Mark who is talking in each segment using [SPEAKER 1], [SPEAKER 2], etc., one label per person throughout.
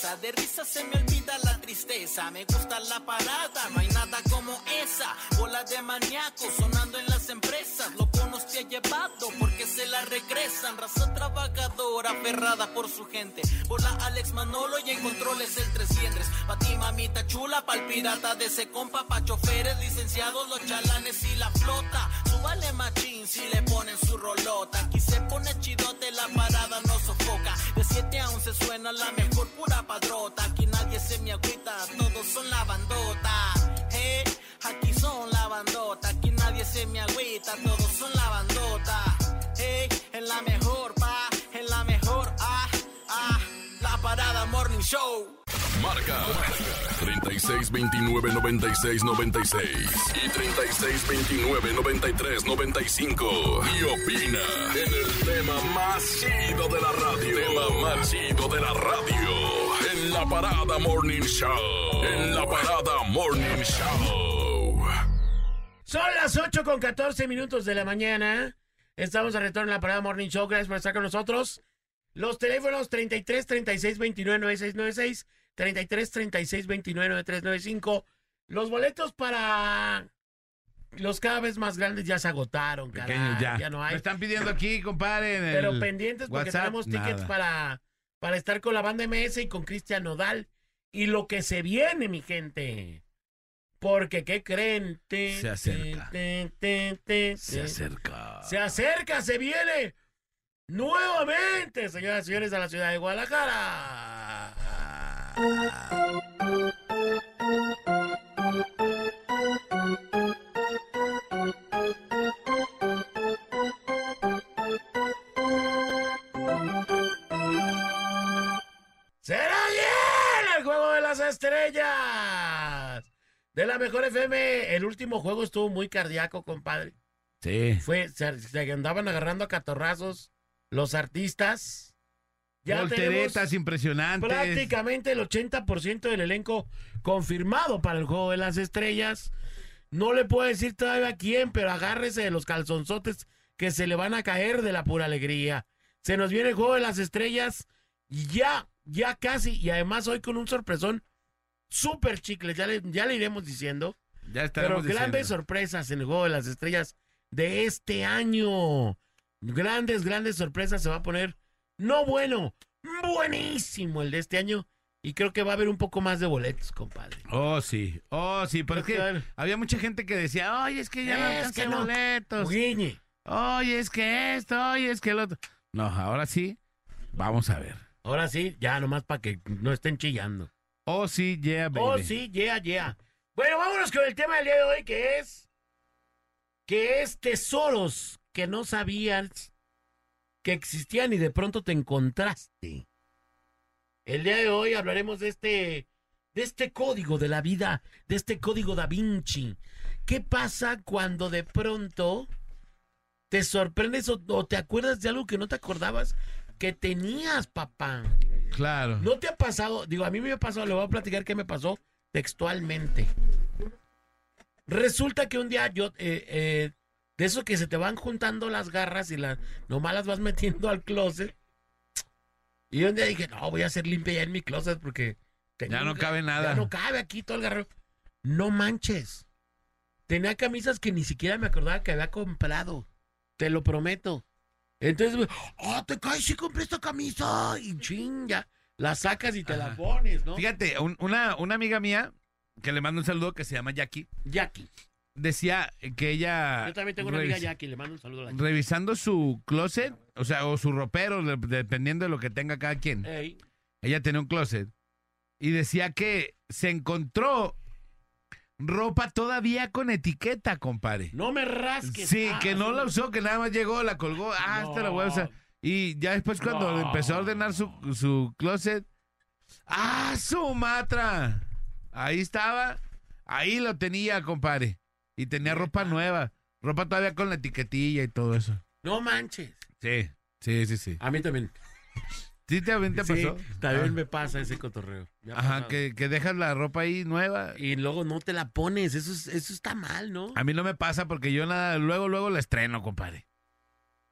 [SPEAKER 1] cabeza se me olvida la tristeza. Me gusta la parada, no hay nada como esa. Bola de maníaco sonando en las empresas. Loco nos te ha llevado porque se la regresan. Raza trabajadora, aferrada por su gente. Bola Alex Manolo y en controles el 300. Pa' ti, mamita chula, pa'l pirata de ese compa. Pa' choferes, licenciados, los chalanes y la flota. Súbale machín si le ponen su rolota. Aquí se pone chidote, la parada no sofoca. De 7 a 11 suena la mejor pura padrota. Aquí nadie se me agüita, todos son la bandota. Eh, aquí son la bandota. Aquí nadie se me agüita, todos son la bandota. Eh, en la mejor pa, en la mejor ah, ah. La parada Morning Show.
[SPEAKER 2] Marca 3629 96 96 y 3629 93 95. Y opina en el tema más chido de la radio. Tema más chido de la radio. En la parada Morning Show. En la parada Morning Show.
[SPEAKER 3] Son las 8 con 14 minutos de la mañana. Estamos de retorno en la parada Morning Show. Gracias por estar con nosotros. Los teléfonos 33 36 29 96 96, 33 36 29 93 95. Los boletos para los cada vez más grandes ya se agotaron,
[SPEAKER 4] Pequeños
[SPEAKER 3] caray,
[SPEAKER 4] ya.
[SPEAKER 3] ya. no hay.
[SPEAKER 4] Me están pidiendo aquí, compadre. en el
[SPEAKER 3] Pero pendientes porque
[SPEAKER 4] WhatsApp,
[SPEAKER 3] tenemos tickets
[SPEAKER 4] nada.
[SPEAKER 3] para, para estar con la banda MS y con Cristian Nodal. Y lo que se viene, mi gente. Porque, ¿qué creen? Te-
[SPEAKER 4] Se acerca.
[SPEAKER 3] te- te- te-
[SPEAKER 4] Se
[SPEAKER 3] te-
[SPEAKER 4] acerca.
[SPEAKER 3] Se acerca, se viene nuevamente, señoras y señores, a la ciudad de Guadalajara. Será bien el juego de las estrellas. De la mejor FM, el último juego estuvo muy cardíaco, compadre
[SPEAKER 4] Sí.
[SPEAKER 3] fue, se, se andaban agarrando a catorrazos los artistas. Ya
[SPEAKER 4] Volteretas
[SPEAKER 3] tenemos
[SPEAKER 4] impresionantes.
[SPEAKER 3] prácticamente el 80% del elenco confirmado para el Juego de las Estrellas. No le puedo decir todavía a quién, pero agárrese de los calzonzotes que se le van a caer de la pura alegría. Se nos viene el Juego de las Estrellas y ya, ya casi, y además hoy con un sorpresón súper chicle, ya le- ya le iremos diciendo.
[SPEAKER 4] Ya estaremos
[SPEAKER 3] Pero grandes
[SPEAKER 4] diciendo.
[SPEAKER 3] sorpresas en el juego de las estrellas de este año. Grandes, grandes sorpresas se va a poner. No bueno, buenísimo el de este año. Y creo que va a haber un poco más de boletos, compadre.
[SPEAKER 4] Oh, sí. Oh, sí. Pero es que
[SPEAKER 3] Claro.
[SPEAKER 4] había mucha gente que decía, oye, es que ya no
[SPEAKER 3] Es
[SPEAKER 4] alcanzan
[SPEAKER 3] que no.
[SPEAKER 4] boletos.
[SPEAKER 3] Guiñe.
[SPEAKER 4] Oye, es que esto, oye, es que el otro. No, ahora sí. Vamos a ver.
[SPEAKER 3] Ahora sí, ya nomás para que no estén chillando.
[SPEAKER 4] Oh, sí, yeah, baby.
[SPEAKER 3] Oh, sí, yeah, yeah. Bueno, vámonos con el tema del día de hoy que es. Que es tesoros que no sabías que existían y de pronto te encontraste. El día de hoy hablaremos de este. de este código de la vida, de este código da Vinci. ¿Qué pasa cuando de pronto te sorprendes o, o te acuerdas de algo que no te acordabas que tenías, papá?
[SPEAKER 4] Claro.
[SPEAKER 3] ¿No te ha pasado? Digo, a mí me ha pasado, le voy a platicar qué me pasó textualmente. Resulta que un día yo, eh, eh, de eso que se te van juntando las garras y las, nomás las vas metiendo al closet. Y un día dije, no, voy a hacer limpia ya en mi closet porque... tengo
[SPEAKER 4] Ya no
[SPEAKER 3] un-
[SPEAKER 4] cabe nada.
[SPEAKER 3] Ya no cabe aquí todo el garro. No manches. Tenía camisas que ni siquiera me acordaba que había comprado. Te lo prometo. Entonces, ¡ah, te caes si compré esta camisa! Y chinga, la sacas y te
[SPEAKER 4] Ajá.
[SPEAKER 3] la pones, ¿no?
[SPEAKER 4] Fíjate, un- una, una amiga mía que le mando un saludo que se llama Jackie.
[SPEAKER 3] Jackie.
[SPEAKER 4] Decía que ella.
[SPEAKER 3] Yo también tengo una amiga
[SPEAKER 4] revis-
[SPEAKER 3] Jackie, le mando un saludo a la
[SPEAKER 4] Revisando su closet, o sea, o su ropero, de- dependiendo de lo que tenga cada quien.
[SPEAKER 3] Ey,
[SPEAKER 4] Ella tenía un closet. Y decía que se encontró ropa todavía con etiqueta, compadre.
[SPEAKER 3] No me rasques.
[SPEAKER 4] Sí,
[SPEAKER 3] Ah,
[SPEAKER 4] que no la usó, que nada más llegó, la colgó, ah, esta la voy a usar. Y ya después cuando
[SPEAKER 3] No.
[SPEAKER 4] empezó a ordenar su, su closet, ¡ah, Sumatra! Ahí estaba, ahí lo tenía, compadre. Y tenía ropa nueva, ropa todavía con la etiquetilla y todo eso.
[SPEAKER 3] No manches.
[SPEAKER 4] Sí, sí, sí, sí.
[SPEAKER 3] A mí también.
[SPEAKER 4] ¿Sí te, también te
[SPEAKER 3] Sí,
[SPEAKER 4] pasó?
[SPEAKER 3] También
[SPEAKER 4] Ah.
[SPEAKER 3] me pasa ese cotorreo. Me ha
[SPEAKER 4] Ajá,
[SPEAKER 3] pasado.
[SPEAKER 4] que, que dejas la ropa ahí nueva.
[SPEAKER 3] Y luego no te la pones. Eso, es- eso está mal, ¿no?
[SPEAKER 4] A mí no me pasa porque yo nada, luego, luego la estreno, compadre.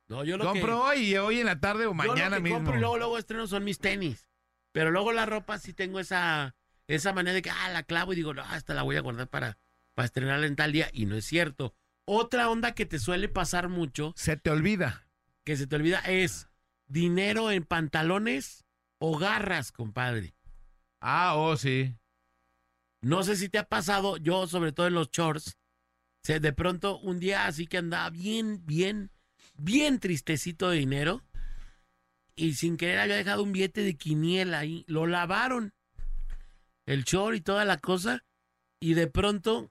[SPEAKER 3] No, yo lo que-
[SPEAKER 4] Compro hoy y hoy en la tarde o
[SPEAKER 3] yo lo
[SPEAKER 4] mañana
[SPEAKER 3] que
[SPEAKER 4] mismo.
[SPEAKER 3] compro y luego, luego estreno son mis tenis. Pero luego la ropa sí tengo esa, esa manera de que, ah, la clavo y digo, no, hasta la voy a guardar para, para estrenarla en tal día. Y no es cierto. Otra onda que te suele pasar mucho,
[SPEAKER 4] Se te olvida.
[SPEAKER 3] que se te olvida, es dinero en pantalones o garras, compadre.
[SPEAKER 4] Ah, oh, sí.
[SPEAKER 3] No sé si te ha pasado, yo sobre todo en los shorts, se- de pronto un día así que andaba bien, bien, bien tristecito de dinero y sin querer había dejado un billete de quiniela ahí, lo lavaron, el short y toda la cosa y de pronto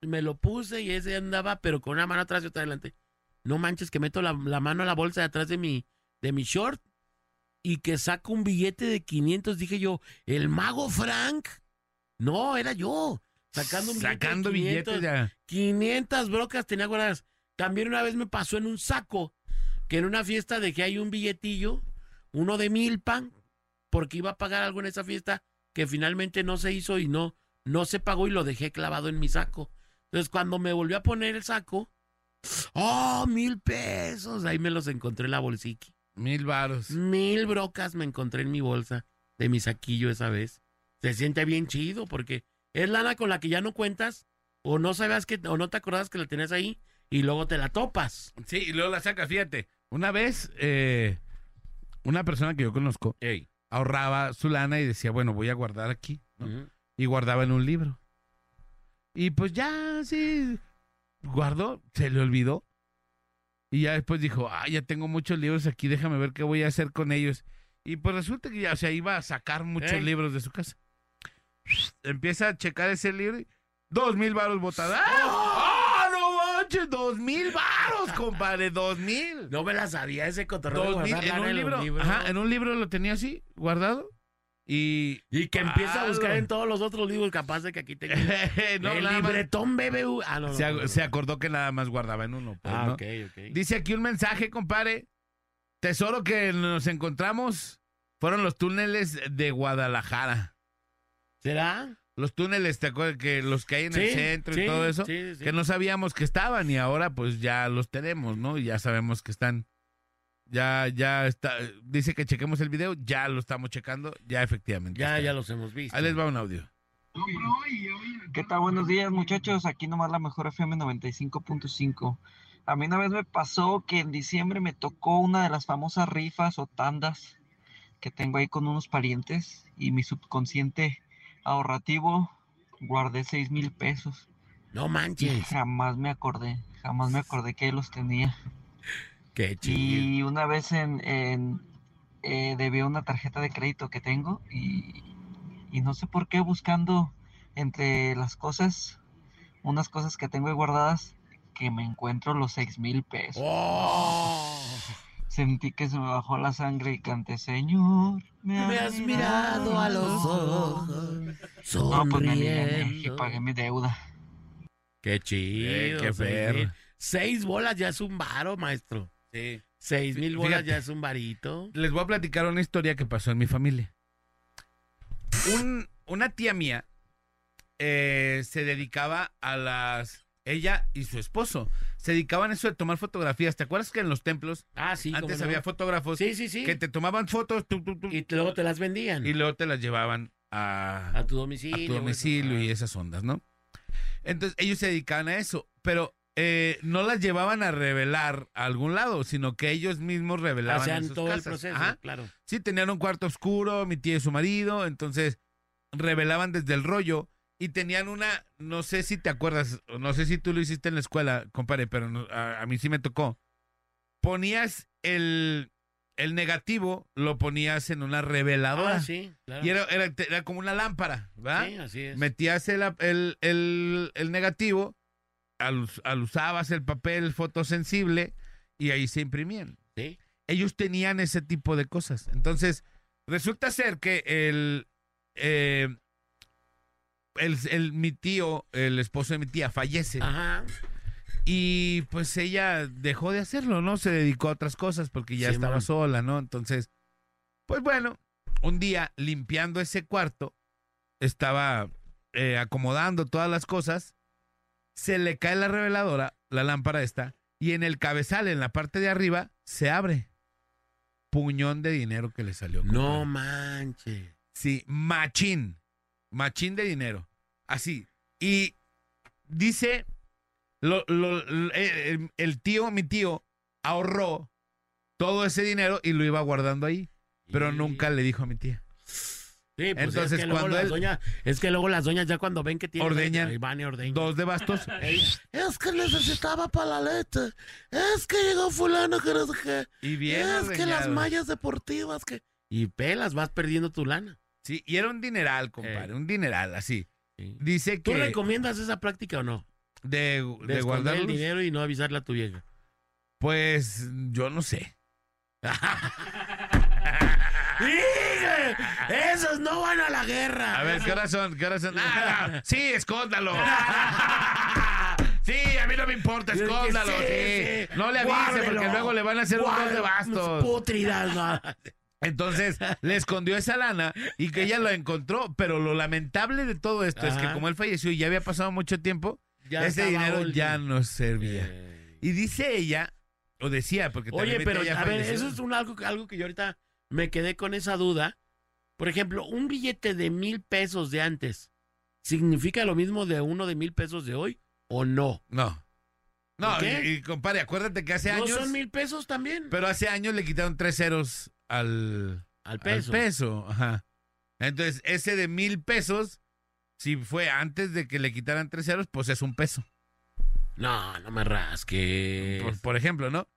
[SPEAKER 3] me lo puse y ese andaba pero con una mano atrás y otra adelante. No manches que meto la, la mano a la bolsa de atrás de mi, de mi short y que saco un billete de 500, dije yo, el mago Frank. No, era yo. Sacando un billete
[SPEAKER 4] Sacando
[SPEAKER 3] de 500,
[SPEAKER 4] billetes ya.
[SPEAKER 3] 500 brocas tenía guardadas. También una vez me pasó en un saco, que en una fiesta dejé ahí un billetillo, uno de mil pan, porque iba a pagar algo en esa fiesta que finalmente no se hizo y no, no se pagó y lo dejé clavado en mi saco. Entonces cuando me volvió a poner el saco, ¡oh, mil pesos! Ahí me los encontré en la bolsiqui.
[SPEAKER 4] Mil varos.
[SPEAKER 3] Mil brocas me encontré en mi bolsa de mi saquillo esa vez. Se siente bien chido porque es lana con la que ya no cuentas o no sabías que o no te acordabas que la tenías ahí y luego te la topas.
[SPEAKER 4] Sí, y luego la sacas, fíjate. Una vez, eh, una persona que yo conozco ahorraba su lana y decía, bueno, voy a guardar aquí. ¿no?
[SPEAKER 3] Ujú.
[SPEAKER 4] Y guardaba en un libro. Y pues ya, sí, guardó, se le olvidó. Y ya después dijo, ah, ya tengo muchos libros aquí, déjame ver qué voy a hacer con ellos. Y pues resulta que ya, o sea, iba a sacar muchos
[SPEAKER 3] Ey.
[SPEAKER 4] libros de su casa. Empieza a checar ese libro y dos mil varos botadas.
[SPEAKER 3] ¡Oh!
[SPEAKER 4] ¡Ah! ¡Ah, no manches! ¡Dos mil varos, compadre! ¡Dos mil!
[SPEAKER 3] No me la sabía ese cotorreo. de
[SPEAKER 4] Dos mil,
[SPEAKER 3] guardar
[SPEAKER 4] en
[SPEAKER 3] lana
[SPEAKER 4] un
[SPEAKER 3] en los
[SPEAKER 4] libro.
[SPEAKER 3] libros.
[SPEAKER 4] Ajá, en un libro lo tenía así, guardado. Y. Ah,
[SPEAKER 3] Y que empieza a buscar
[SPEAKER 4] Guardo.
[SPEAKER 3] en todos los otros libros, capaz de que aquí tengo
[SPEAKER 4] No, nada
[SPEAKER 3] el
[SPEAKER 4] más-
[SPEAKER 3] libretón BBU. Ah, no, no,
[SPEAKER 4] se,
[SPEAKER 3] no,
[SPEAKER 4] ac-
[SPEAKER 3] no.
[SPEAKER 4] se acordó que nada más guardaba en uno. pues,
[SPEAKER 3] Ah,
[SPEAKER 4] ¿no?
[SPEAKER 3] ok, ok.
[SPEAKER 4] Dice aquí un mensaje, compadre. Tesoro que nos encontramos fueron los túneles de Guadalajara.
[SPEAKER 3] ¿Será?
[SPEAKER 4] Los túneles, ¿te acuerdas? Que los que hay en el
[SPEAKER 3] Sí,
[SPEAKER 4] centro y
[SPEAKER 3] sí,
[SPEAKER 4] todo eso.
[SPEAKER 3] sí, sí.
[SPEAKER 4] Que no sabíamos que estaban y ahora pues ya los tenemos, ¿no? Y ya sabemos que están. Ya, ya está. Dice que chequemos el video, ya lo estamos checando, ya efectivamente.
[SPEAKER 3] Ya,
[SPEAKER 4] está.
[SPEAKER 3] ya los hemos visto.
[SPEAKER 4] Ahí les va un audio.
[SPEAKER 5] ¿Qué tal? Buenos días, muchachos. Aquí nomás la mejor FM 95.5. A mí una vez me pasó que en diciembre me tocó una de las famosas rifas o tandas que tengo ahí con unos parientes y mi subconsciente ahorrativo guardé seis mil pesos.
[SPEAKER 3] No
[SPEAKER 5] Y
[SPEAKER 3] manches.
[SPEAKER 5] jamás me acordé, jamás me acordé que los tenía.
[SPEAKER 3] Qué chido.
[SPEAKER 5] Y una vez en, en eh, debí una tarjeta de crédito que tengo y, y no sé por qué buscando entre las cosas, unas cosas que tengo ahí guardadas, que me encuentro los seis mil pesos.
[SPEAKER 3] ¡Oh!
[SPEAKER 5] Sentí que se me bajó la sangre y canté, Señor, me,
[SPEAKER 3] Me has mirado a los ojos.
[SPEAKER 5] No, pues me aliviané y
[SPEAKER 3] Sonriendo.
[SPEAKER 5] pagué mi deuda.
[SPEAKER 3] Qué chido.
[SPEAKER 4] Eh, qué
[SPEAKER 3] seis
[SPEAKER 4] perro.
[SPEAKER 3] mil. Seis bolas ya es un varo, maestro.
[SPEAKER 4] Sí.
[SPEAKER 3] Seis mil bolas
[SPEAKER 4] Fíjate.
[SPEAKER 3] ya es un varito.
[SPEAKER 4] Les voy a platicar una historia que pasó en mi familia. Un- una tía mía eh, se dedicaba a las... Ella y su esposo se dedicaban a eso de tomar fotografías. ¿Te acuerdas que en los templos
[SPEAKER 3] Ah, sí.
[SPEAKER 4] antes
[SPEAKER 3] cómo no.
[SPEAKER 4] había fotógrafos
[SPEAKER 3] Sí, sí, sí.
[SPEAKER 4] que te tomaban fotos tú, tú, tú,
[SPEAKER 3] Y luego te las vendían.
[SPEAKER 4] y luego te las llevaban a,
[SPEAKER 3] a tu
[SPEAKER 4] a
[SPEAKER 3] domicilio.
[SPEAKER 4] tu domicilio y esas ondas, ¿no? Entonces ellos se dedicaban a eso, pero eh, no las llevaban a revelar a algún lado, sino que ellos mismos revelaban en
[SPEAKER 3] Hacían
[SPEAKER 4] sus
[SPEAKER 3] todo el
[SPEAKER 4] casas.
[SPEAKER 3] proceso,
[SPEAKER 4] Ajá.
[SPEAKER 3] claro.
[SPEAKER 4] Sí, tenían un cuarto oscuro, mi tía y su marido, entonces revelaban desde el rollo y tenían una, no sé si te acuerdas, o no sé si tú lo hiciste en la escuela, compadre, pero no- a, a mí sí me tocó. Ponías el, el negativo, lo ponías en una reveladora.
[SPEAKER 3] Ah, sí, claro.
[SPEAKER 4] Y era, era- te- era como una lámpara, ¿verdad?
[SPEAKER 3] Sí, así es.
[SPEAKER 4] Metías el, el- el- el negativo, alus- alusabas el papel fotosensible y ahí se imprimían
[SPEAKER 3] Sí.
[SPEAKER 4] ellos tenían ese tipo de cosas. Entonces, resulta ser que el, eh, el, el- mi tío, el esposo de mi tía, fallece.
[SPEAKER 3] Ajá.
[SPEAKER 4] Y pues ella dejó de hacerlo, ¿no? Se dedicó a otras cosas porque ya
[SPEAKER 3] Sí,
[SPEAKER 4] estaba
[SPEAKER 3] man.
[SPEAKER 4] sola, ¿no? Entonces, pues bueno, un día limpiando ese cuarto, estaba eh, acomodando todas las cosas, se le cae la reveladora, la lámpara esta, y en el cabezal, en la parte de arriba, se abre. Puñón de dinero que le salió.
[SPEAKER 3] No
[SPEAKER 4] compadre.
[SPEAKER 3] manches.
[SPEAKER 4] Sí, machín. Machín de dinero. Así. Y dice, lo- lo- l- eh, el, el tío, mi tío, ahorró todo ese dinero y lo iba guardando ahí. Pero
[SPEAKER 3] Y-
[SPEAKER 4] nunca le dijo a mi tía.
[SPEAKER 3] Sí, pues
[SPEAKER 4] Entonces,
[SPEAKER 3] es que luego
[SPEAKER 4] cuando
[SPEAKER 3] las
[SPEAKER 4] él-
[SPEAKER 3] doñas, es que luego las doñas ya cuando ven que tienen
[SPEAKER 4] Ordeñan.
[SPEAKER 3] ahí van y ordeñan.
[SPEAKER 4] Dos de bastos.
[SPEAKER 3] Es que necesitaba para la leche. Es que llegó fulano que no sé qué.
[SPEAKER 4] Y bien. ordeñados.
[SPEAKER 3] deportivas que. Y pelas, vas perdiendo tu lana.
[SPEAKER 4] Sí, y era un dineral, compadre.
[SPEAKER 3] Ey.
[SPEAKER 4] Un dineral, así.
[SPEAKER 3] Sí.
[SPEAKER 4] Dice
[SPEAKER 3] ¿Tú
[SPEAKER 4] que.
[SPEAKER 3] recomiendas esa práctica o no?
[SPEAKER 4] De,
[SPEAKER 3] De,
[SPEAKER 4] de
[SPEAKER 3] esconder
[SPEAKER 4] guardar
[SPEAKER 3] el
[SPEAKER 4] luz.
[SPEAKER 3] dinero y no avisarle a tu vieja.
[SPEAKER 4] Pues yo no sé.
[SPEAKER 3] ¡Híjole! ¡Esos no van a la guerra!
[SPEAKER 4] A ver, ¿qué horas son? ¿Qué horas son? Ah, no. Sí, escóndalo. Sí, a mí no me importa,
[SPEAKER 3] Sí,
[SPEAKER 4] escóndalo.
[SPEAKER 3] sí,
[SPEAKER 4] sí.
[SPEAKER 3] sí.
[SPEAKER 4] No le avise
[SPEAKER 3] Guárdelo.
[SPEAKER 4] porque luego le van a hacer un dos de
[SPEAKER 3] Guarda,
[SPEAKER 4] bastos.
[SPEAKER 3] Putridas, no.
[SPEAKER 4] Entonces le escondió esa lana y que ella lo encontró. Pero lo lamentable de todo esto es que
[SPEAKER 3] Ajá.
[SPEAKER 4] como él falleció y ya había pasado mucho tiempo,
[SPEAKER 3] Ya
[SPEAKER 4] ese
[SPEAKER 3] estaba
[SPEAKER 4] dinero
[SPEAKER 3] old.
[SPEAKER 4] ya no servía.
[SPEAKER 3] Eh.
[SPEAKER 4] Y dice ella, o decía, porque
[SPEAKER 3] Oye,
[SPEAKER 4] también
[SPEAKER 3] pero
[SPEAKER 4] ella
[SPEAKER 3] a ver,
[SPEAKER 4] falleció.
[SPEAKER 3] eso es un algo, algo que yo ahorita me quedé con esa duda. Por ejemplo, un billete de mil pesos de antes, ¿significa lo mismo de uno de mil pesos de hoy o no?
[SPEAKER 4] No. No,
[SPEAKER 3] ¿Por qué?
[SPEAKER 4] y, y, compadre, acuérdate que hace
[SPEAKER 3] ¿No
[SPEAKER 4] años.
[SPEAKER 3] son mil pesos también?
[SPEAKER 4] Pero hace años le quitaron tres ceros al,
[SPEAKER 3] al
[SPEAKER 4] al
[SPEAKER 3] peso.
[SPEAKER 4] peso, ajá. Entonces, ese de mil pesos, si fue antes de que le quitaran tres ceros, pues es un peso,
[SPEAKER 3] No, no me rasques.
[SPEAKER 4] por, por ejemplo, ¿no?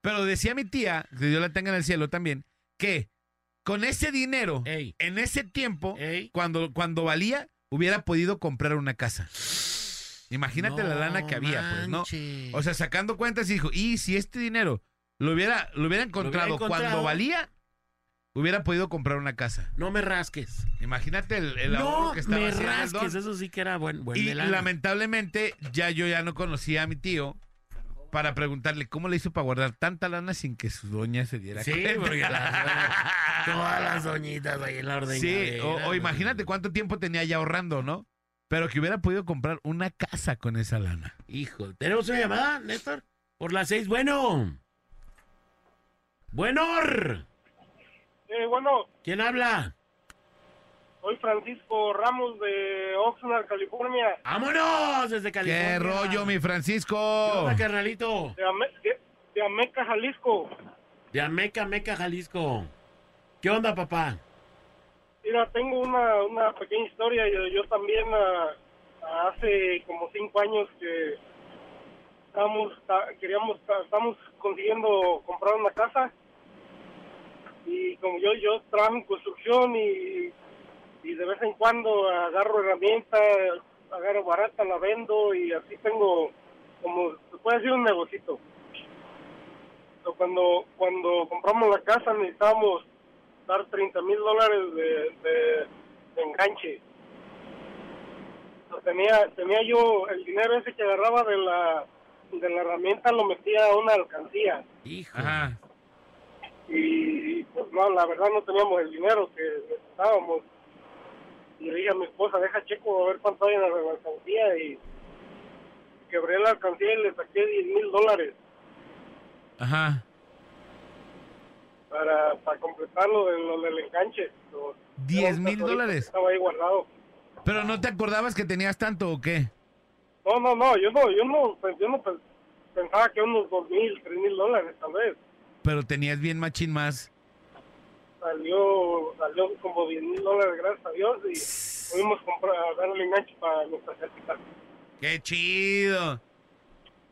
[SPEAKER 4] Pero decía mi tía, que Dios la tenga en el cielo también, que con ese dinero,
[SPEAKER 3] Ey,
[SPEAKER 4] en ese tiempo,
[SPEAKER 3] ey.
[SPEAKER 4] cuando, cuando valía, hubiera podido comprar una casa. Imagínate la
[SPEAKER 3] No
[SPEAKER 4] lana que había, pues, ¿no?
[SPEAKER 3] manches.
[SPEAKER 4] O sea, sacando cuentas y dijo, y si este dinero lo hubiera, lo hubiera encontrado, cuando
[SPEAKER 3] encontrado.
[SPEAKER 4] valía, hubiera podido comprar una casa.
[SPEAKER 3] no me rasques.
[SPEAKER 4] Imagínate el, el ahorro
[SPEAKER 3] No
[SPEAKER 4] que estaba
[SPEAKER 3] me
[SPEAKER 4] haciendo el
[SPEAKER 3] rasques.
[SPEAKER 4] don.
[SPEAKER 3] Eso sí que era Ah, buen, buen
[SPEAKER 4] Y
[SPEAKER 3] de lana.
[SPEAKER 4] lamentablemente ya yo ya no conocía a mi tío para preguntarle cómo le hizo para guardar tanta lana sin que su doña se diera
[SPEAKER 3] Sí,
[SPEAKER 4] cuenta.
[SPEAKER 3] porque las- todas las doñitas ahí en la orden.
[SPEAKER 4] Sí, o, o imagínate cuánto tiempo tenía ya ahorrando, ¿no? Pero que hubiera podido comprar una casa con esa lana.
[SPEAKER 3] Hijo, ¿tenemos una llamada, Néstor? Por las seis, bueno. Buenor.
[SPEAKER 6] Eh, bueno,
[SPEAKER 3] ¿Quién habla?
[SPEAKER 6] soy Francisco Ramos de Oxnard, California.
[SPEAKER 3] ¡Vámonos desde
[SPEAKER 4] ¡Qué
[SPEAKER 3] California!
[SPEAKER 4] rollo, mi
[SPEAKER 3] ¿Qué
[SPEAKER 4] Francisco!
[SPEAKER 3] onda, carnalito?
[SPEAKER 6] De, Ame- de- de Ameca, Jalisco.
[SPEAKER 3] De Ameca, Ameca, Jalisco. ¿Qué onda, papá?
[SPEAKER 6] Mira, tengo una, una pequeña historia. Yo, yo también ah, hace como cinco años que estábamos, ta- queríamos, ta- estamos consiguiendo comprar una casa. Y como yo, yo trabajo en construcción y, y de vez en cuando agarro herramientas, agarro barata, la vendo y así tengo como, se puede decir, un negocito. Pero cuando, cuando compramos la casa necesitábamos dar 30 mil dólares de, de- de enganche. Lo tenía, tenía yo el dinero ese que agarraba de la, de la herramienta, lo metía a una alcancía.
[SPEAKER 3] Hijo.
[SPEAKER 4] Ajá.
[SPEAKER 6] Y pues no, la verdad no teníamos el dinero que necesitábamos. Y le dije a mi esposa, deja checo a ver cuánto hay en la la alcancía. Y quebré la alcancía y le saqué 10 mil dólares
[SPEAKER 4] Ajá.
[SPEAKER 6] para, para completarlo de lo del enganche. Lo-
[SPEAKER 4] 10 mil
[SPEAKER 6] ahorita
[SPEAKER 4] dólares.
[SPEAKER 6] Estaba ahí guardado.
[SPEAKER 4] Pero no te acordabas que tenías tanto o qué?
[SPEAKER 6] No, no, no, yo no, yo no, pues, yo no pe- pensaba que unos dos mil, tres mil dólares tal vez.
[SPEAKER 4] Pero tenías bien machín más.
[SPEAKER 6] Salió, salió como diez mil dólares, gracias a Dios, y pudimos comprar, dar el enganche para nuestra casita.
[SPEAKER 4] ¡Qué chido!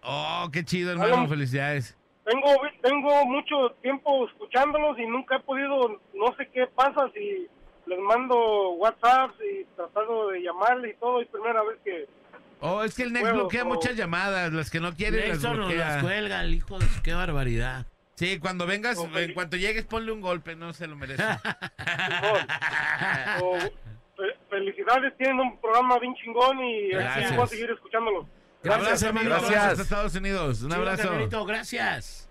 [SPEAKER 4] ¡Oh, qué chido, hermano!
[SPEAKER 6] Hola.
[SPEAKER 4] Felicidades.
[SPEAKER 6] Tengo, tengo mucho tiempo escuchándolos y nunca he podido, no sé qué pasa si les mando WhatsApp y tratando de llamarles y todo, es primera vez que...
[SPEAKER 4] Oh, es que el Nex
[SPEAKER 6] Bueno,
[SPEAKER 4] bloquea
[SPEAKER 6] no.
[SPEAKER 4] muchas llamadas. Las que no quieren las
[SPEAKER 3] Néstor nos
[SPEAKER 4] bloquea.
[SPEAKER 3] las cuelga, el hijo de su- qué barbaridad.
[SPEAKER 4] sí, cuando vengas,
[SPEAKER 6] Ok.
[SPEAKER 4] en cuanto llegues, ponle un golpe. No se lo merece.
[SPEAKER 6] o- fe- felicidades, tienen un programa bien chingón y
[SPEAKER 3] Gracias.
[SPEAKER 6] aquí voy a seguir escuchándolos.
[SPEAKER 3] Gracias, hermano.
[SPEAKER 4] Gracias. a Estados Unidos. Pues, Un
[SPEAKER 3] Chido,
[SPEAKER 4] abrazo.
[SPEAKER 3] carnalito, gracias.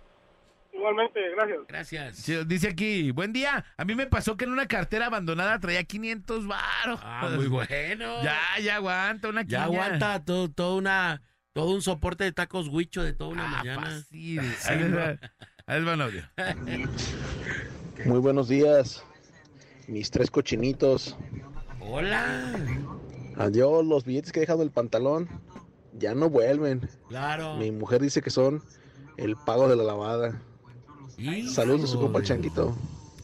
[SPEAKER 6] Igualmente, gracias.
[SPEAKER 3] Gracias.
[SPEAKER 4] Chido. Dice aquí, buen día. A mí me pasó que en una cartera abandonada traía 500 varos.
[SPEAKER 3] Ah, muy bueno.
[SPEAKER 4] Ya, ya aguanta una quiña.
[SPEAKER 3] Ya aguanta todo, todo una, todo un soporte de tacos huicho de toda una
[SPEAKER 4] Ah,
[SPEAKER 3] mañana.
[SPEAKER 4] fácil. Ahí les va- ahí les va un audio.
[SPEAKER 7] Muy buenos días. mis tres cochinitos.
[SPEAKER 3] Hola.
[SPEAKER 7] Adiós, los billetes que he dejado en el pantalón ya no vuelven.
[SPEAKER 3] Claro.
[SPEAKER 7] Mi mujer dice que son el pago de la lavada.
[SPEAKER 3] Híjole.
[SPEAKER 7] Saludos a su compa el Changuito.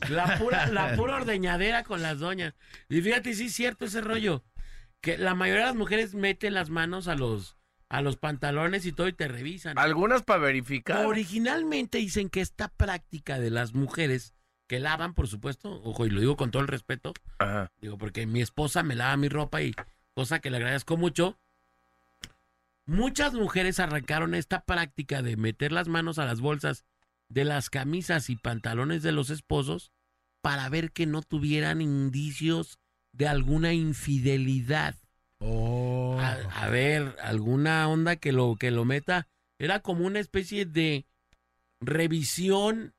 [SPEAKER 3] La pura, la pura ordeñadera con las doñas. Y fíjate, sí es cierto ese rollo. Que la mayoría de las mujeres meten las manos a los, a los pantalones y todo y te revisan.
[SPEAKER 8] Algunas para verificar.
[SPEAKER 3] Originalmente dicen que esta práctica de las mujeres que lavan, por supuesto, ojo, y lo digo con todo el respeto,
[SPEAKER 8] Ajá.
[SPEAKER 3] digo, porque mi esposa me lava mi ropa y cosa que le agradezco mucho. Muchas mujeres arrancaron esta práctica de meter las manos a las bolsas de las camisas y pantalones de los esposos para ver que no tuvieran indicios de alguna infidelidad.
[SPEAKER 4] Oh.
[SPEAKER 3] A, a ver, alguna onda que lo, que lo meta. Era como una especie de revisión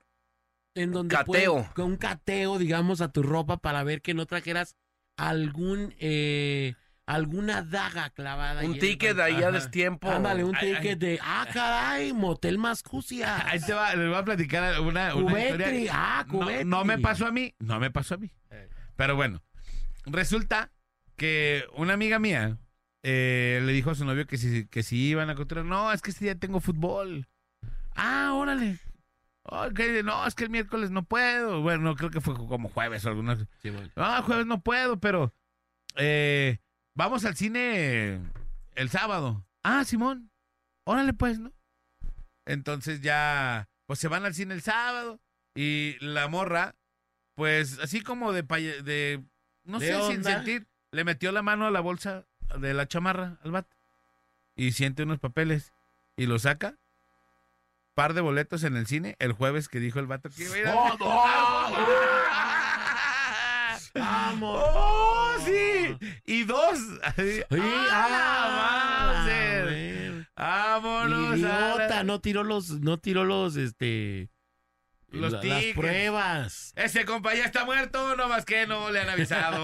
[SPEAKER 3] en donde...
[SPEAKER 8] Cateo.
[SPEAKER 3] pueden- con un cateo, digamos, a tu ropa para ver que no trajeras algún... eh, alguna daga clavada. ahí en
[SPEAKER 8] Un
[SPEAKER 3] el
[SPEAKER 8] ticket
[SPEAKER 3] pantalón.
[SPEAKER 8] ahí a
[SPEAKER 3] Ajá.
[SPEAKER 8] destiempo.
[SPEAKER 3] Ándale, un
[SPEAKER 4] Ay, ay.
[SPEAKER 3] ticket de... Ah, caray, motel más
[SPEAKER 4] Ahí te va, les voy a platicar una, una
[SPEAKER 3] Cubetri,
[SPEAKER 4] historia.
[SPEAKER 3] ah,
[SPEAKER 4] No,
[SPEAKER 3] cubetri.
[SPEAKER 4] no me pasó a mí, no me pasó a mí. Pero bueno, resulta que una amiga mía eh, le dijo a su novio que si, que si iban a encontrar, no, es que este día tengo fútbol. Ah, órale. Ok, no, es que el miércoles no puedo. Bueno, no, creo que fue como jueves o alguna
[SPEAKER 3] Sí, bueno.
[SPEAKER 4] Ah, jueves no puedo, pero eh, vamos al cine el sábado. Ah, Simón. Órale, pues, ¿no? Entonces ya, pues se van al cine el sábado y la morra, pues así como de, paye- de no
[SPEAKER 3] ¿De
[SPEAKER 4] sé, sin
[SPEAKER 3] onda?
[SPEAKER 4] sentir, le metió la mano a la bolsa de la chamarra al vato y siente unos papeles y lo saca. Par de boletos en el cine el jueves que dijo el vato que iba a ir al-
[SPEAKER 3] ¡Oh,
[SPEAKER 4] ¡Ah!
[SPEAKER 3] ¡Vamos!
[SPEAKER 4] ¡Oh, sí! Y dos. Así,
[SPEAKER 3] Sí,
[SPEAKER 4] ¡Ah,
[SPEAKER 3] ah,
[SPEAKER 4] vamos!
[SPEAKER 3] bueno.
[SPEAKER 4] ¡Vámonos! a
[SPEAKER 3] Idiota,
[SPEAKER 4] la-
[SPEAKER 3] no tiró los, no tiró los, este,
[SPEAKER 4] Los
[SPEAKER 3] la- las
[SPEAKER 4] tickets.
[SPEAKER 3] pruebas.
[SPEAKER 4] Ese compa ya está muerto, nomás que no le han avisado.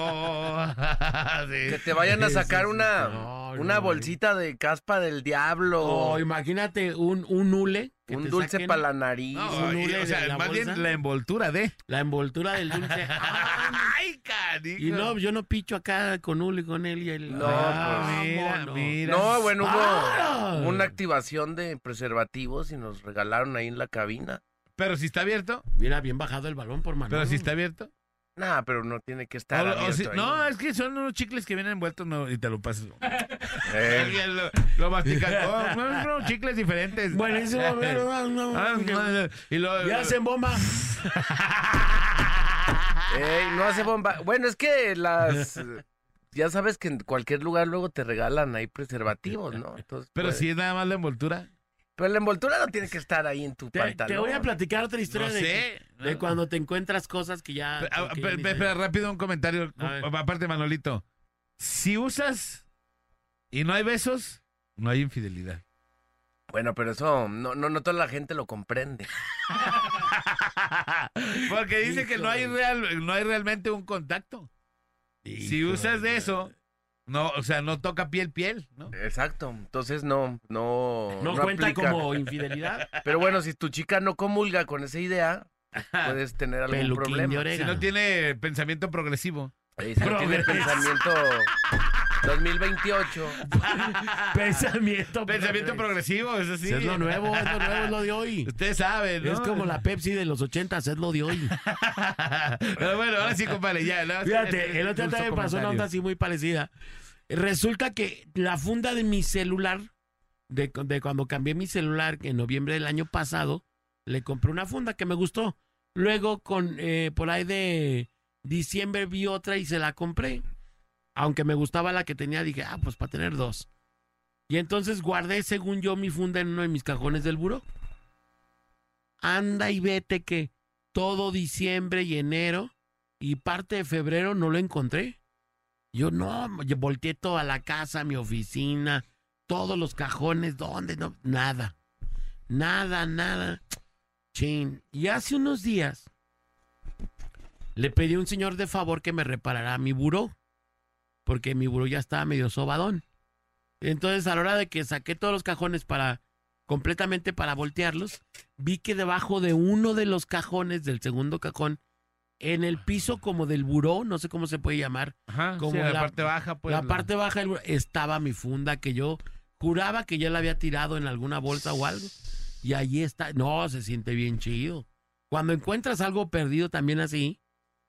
[SPEAKER 4] Ah, Sí.
[SPEAKER 8] Que te vayan a
[SPEAKER 3] Sí,
[SPEAKER 8] sacar
[SPEAKER 3] sí, sí.
[SPEAKER 8] una,
[SPEAKER 3] No,
[SPEAKER 8] una
[SPEAKER 3] no,
[SPEAKER 8] bolsita de caspa del diablo.
[SPEAKER 3] O Oh, imagínate un, un hule. que
[SPEAKER 8] un
[SPEAKER 3] te
[SPEAKER 8] dulce
[SPEAKER 3] saquen,
[SPEAKER 8] para la nariz.
[SPEAKER 4] No, y-
[SPEAKER 3] hule
[SPEAKER 4] o sea,
[SPEAKER 3] de la
[SPEAKER 4] más
[SPEAKER 3] bolsa.
[SPEAKER 4] bien la envoltura de.
[SPEAKER 3] La envoltura del dulce. Ah,
[SPEAKER 4] ¡Ay, cariño!
[SPEAKER 3] y no, yo no picho acá con hule, con él y el.
[SPEAKER 8] No,
[SPEAKER 4] Ah,
[SPEAKER 8] pues,
[SPEAKER 4] mira,
[SPEAKER 3] vámonos.
[SPEAKER 4] mira.
[SPEAKER 8] No, bueno, hubo
[SPEAKER 3] ¡Ah!
[SPEAKER 8] una activación de preservativos y nos regalaron ahí en la cabina.
[SPEAKER 4] Pero si está abierto.
[SPEAKER 3] Mira, bien bajado el balón por mano.
[SPEAKER 4] Pero si está abierto.
[SPEAKER 8] Nah, pero no tiene que estar
[SPEAKER 4] O- o
[SPEAKER 8] abierto
[SPEAKER 4] si-
[SPEAKER 8] ahí.
[SPEAKER 4] no, es que son unos chicles que vienen envueltos no, y te lo pasas.
[SPEAKER 8] Eh,
[SPEAKER 4] lo, lo mastican. Oh, no, no, chicles diferentes.
[SPEAKER 3] Buenísimo, bueno, no, no,
[SPEAKER 4] Ah, no, y lo,
[SPEAKER 3] Ya se embomba.
[SPEAKER 8] ey, no hace bomba. Bueno, es que las... eh, Ya sabes que en cualquier lugar luego te regalan ahí preservativos, ¿no? Entonces,
[SPEAKER 4] Pero
[SPEAKER 8] pues,
[SPEAKER 4] si es nada más la envoltura.
[SPEAKER 8] Pero la envoltura no tiene que estar ahí en tu
[SPEAKER 3] Te,
[SPEAKER 8] pantalón.
[SPEAKER 3] te voy a platicar otra historia
[SPEAKER 4] No
[SPEAKER 3] de,
[SPEAKER 4] sé.
[SPEAKER 3] de cuando te encuentras cosas que ya.
[SPEAKER 4] Pero, ah,
[SPEAKER 3] que ya
[SPEAKER 4] pe-
[SPEAKER 3] ni
[SPEAKER 4] pe-
[SPEAKER 3] sabes.
[SPEAKER 4] espera, rápido un comentario.
[SPEAKER 3] A ver.
[SPEAKER 4] Aparte, Manolito. Si usas y no hay besos, no hay infidelidad.
[SPEAKER 8] Bueno, pero eso no, no, no toda la gente lo comprende.
[SPEAKER 4] Porque dice que no hay,
[SPEAKER 3] Híjole.
[SPEAKER 4] real, no hay realmente un contacto. Si
[SPEAKER 3] Híjole.
[SPEAKER 4] usas de eso, no, o sea, no toca piel piel, ¿no?
[SPEAKER 8] Exacto. Entonces no, no.
[SPEAKER 3] No, cuenta
[SPEAKER 8] aplica.
[SPEAKER 3] como infidelidad.
[SPEAKER 8] Pero bueno, si tu chica no comulga con esa idea, puedes tener algún
[SPEAKER 3] Peluquín de
[SPEAKER 8] problema.
[SPEAKER 4] Ah, Si
[SPEAKER 3] orega.
[SPEAKER 4] no tiene pensamiento progresivo.
[SPEAKER 8] Eh, Si no tiene pensamiento 2028.
[SPEAKER 3] Pensamiento.
[SPEAKER 4] Pensamiento pues, progresivo, eso sí.
[SPEAKER 3] Es lo nuevo, es lo nuevo, es lo de hoy.
[SPEAKER 4] Ustedes saben, ¿no?
[SPEAKER 3] Es como la Pepsi de los ochentas, es lo de hoy.
[SPEAKER 4] Pero bueno, ahora sí, compadre, ya. nada más
[SPEAKER 3] Fíjate,
[SPEAKER 4] este
[SPEAKER 3] el otro día
[SPEAKER 4] justo
[SPEAKER 3] también pasó una
[SPEAKER 4] comentario.
[SPEAKER 3] onda así muy parecida. Resulta que la funda de mi celular, de, cu- de cuando cambié mi celular que en noviembre del año pasado, le compré una funda que me gustó. Luego, con eh, por ahí de diciembre, vi otra y se la compré. Aunque me gustaba la que tenía, dije, ah, pues para tener dos. Y entonces guardé, según yo, mi funda en uno de mis cajones del buró. Anda y vete que todo diciembre y enero y parte de febrero no lo encontré. Yo no, yo volteé toda la casa, mi oficina, todos los cajones, ¿dónde? No, nada. Nada, nada. Chin. Y hace unos días le pedí a un señor de favor que me reparara mi buró, porque mi buró ya estaba medio sobadón. Entonces, a la hora de que saqué todos los cajones para completamente para voltearlos, vi que debajo de uno de los cajones del segundo cajón en el piso como del buró, no sé cómo se puede llamar,
[SPEAKER 4] Ajá,
[SPEAKER 3] Como
[SPEAKER 4] sí, la,
[SPEAKER 3] la-
[SPEAKER 4] parte baja, pues.
[SPEAKER 3] la parte baja del buró, estaba mi funda que yo juraba que ya la había tirado en alguna bolsa o algo. Y allí está. No, se siente bien chido. Cuando encuentras algo perdido también así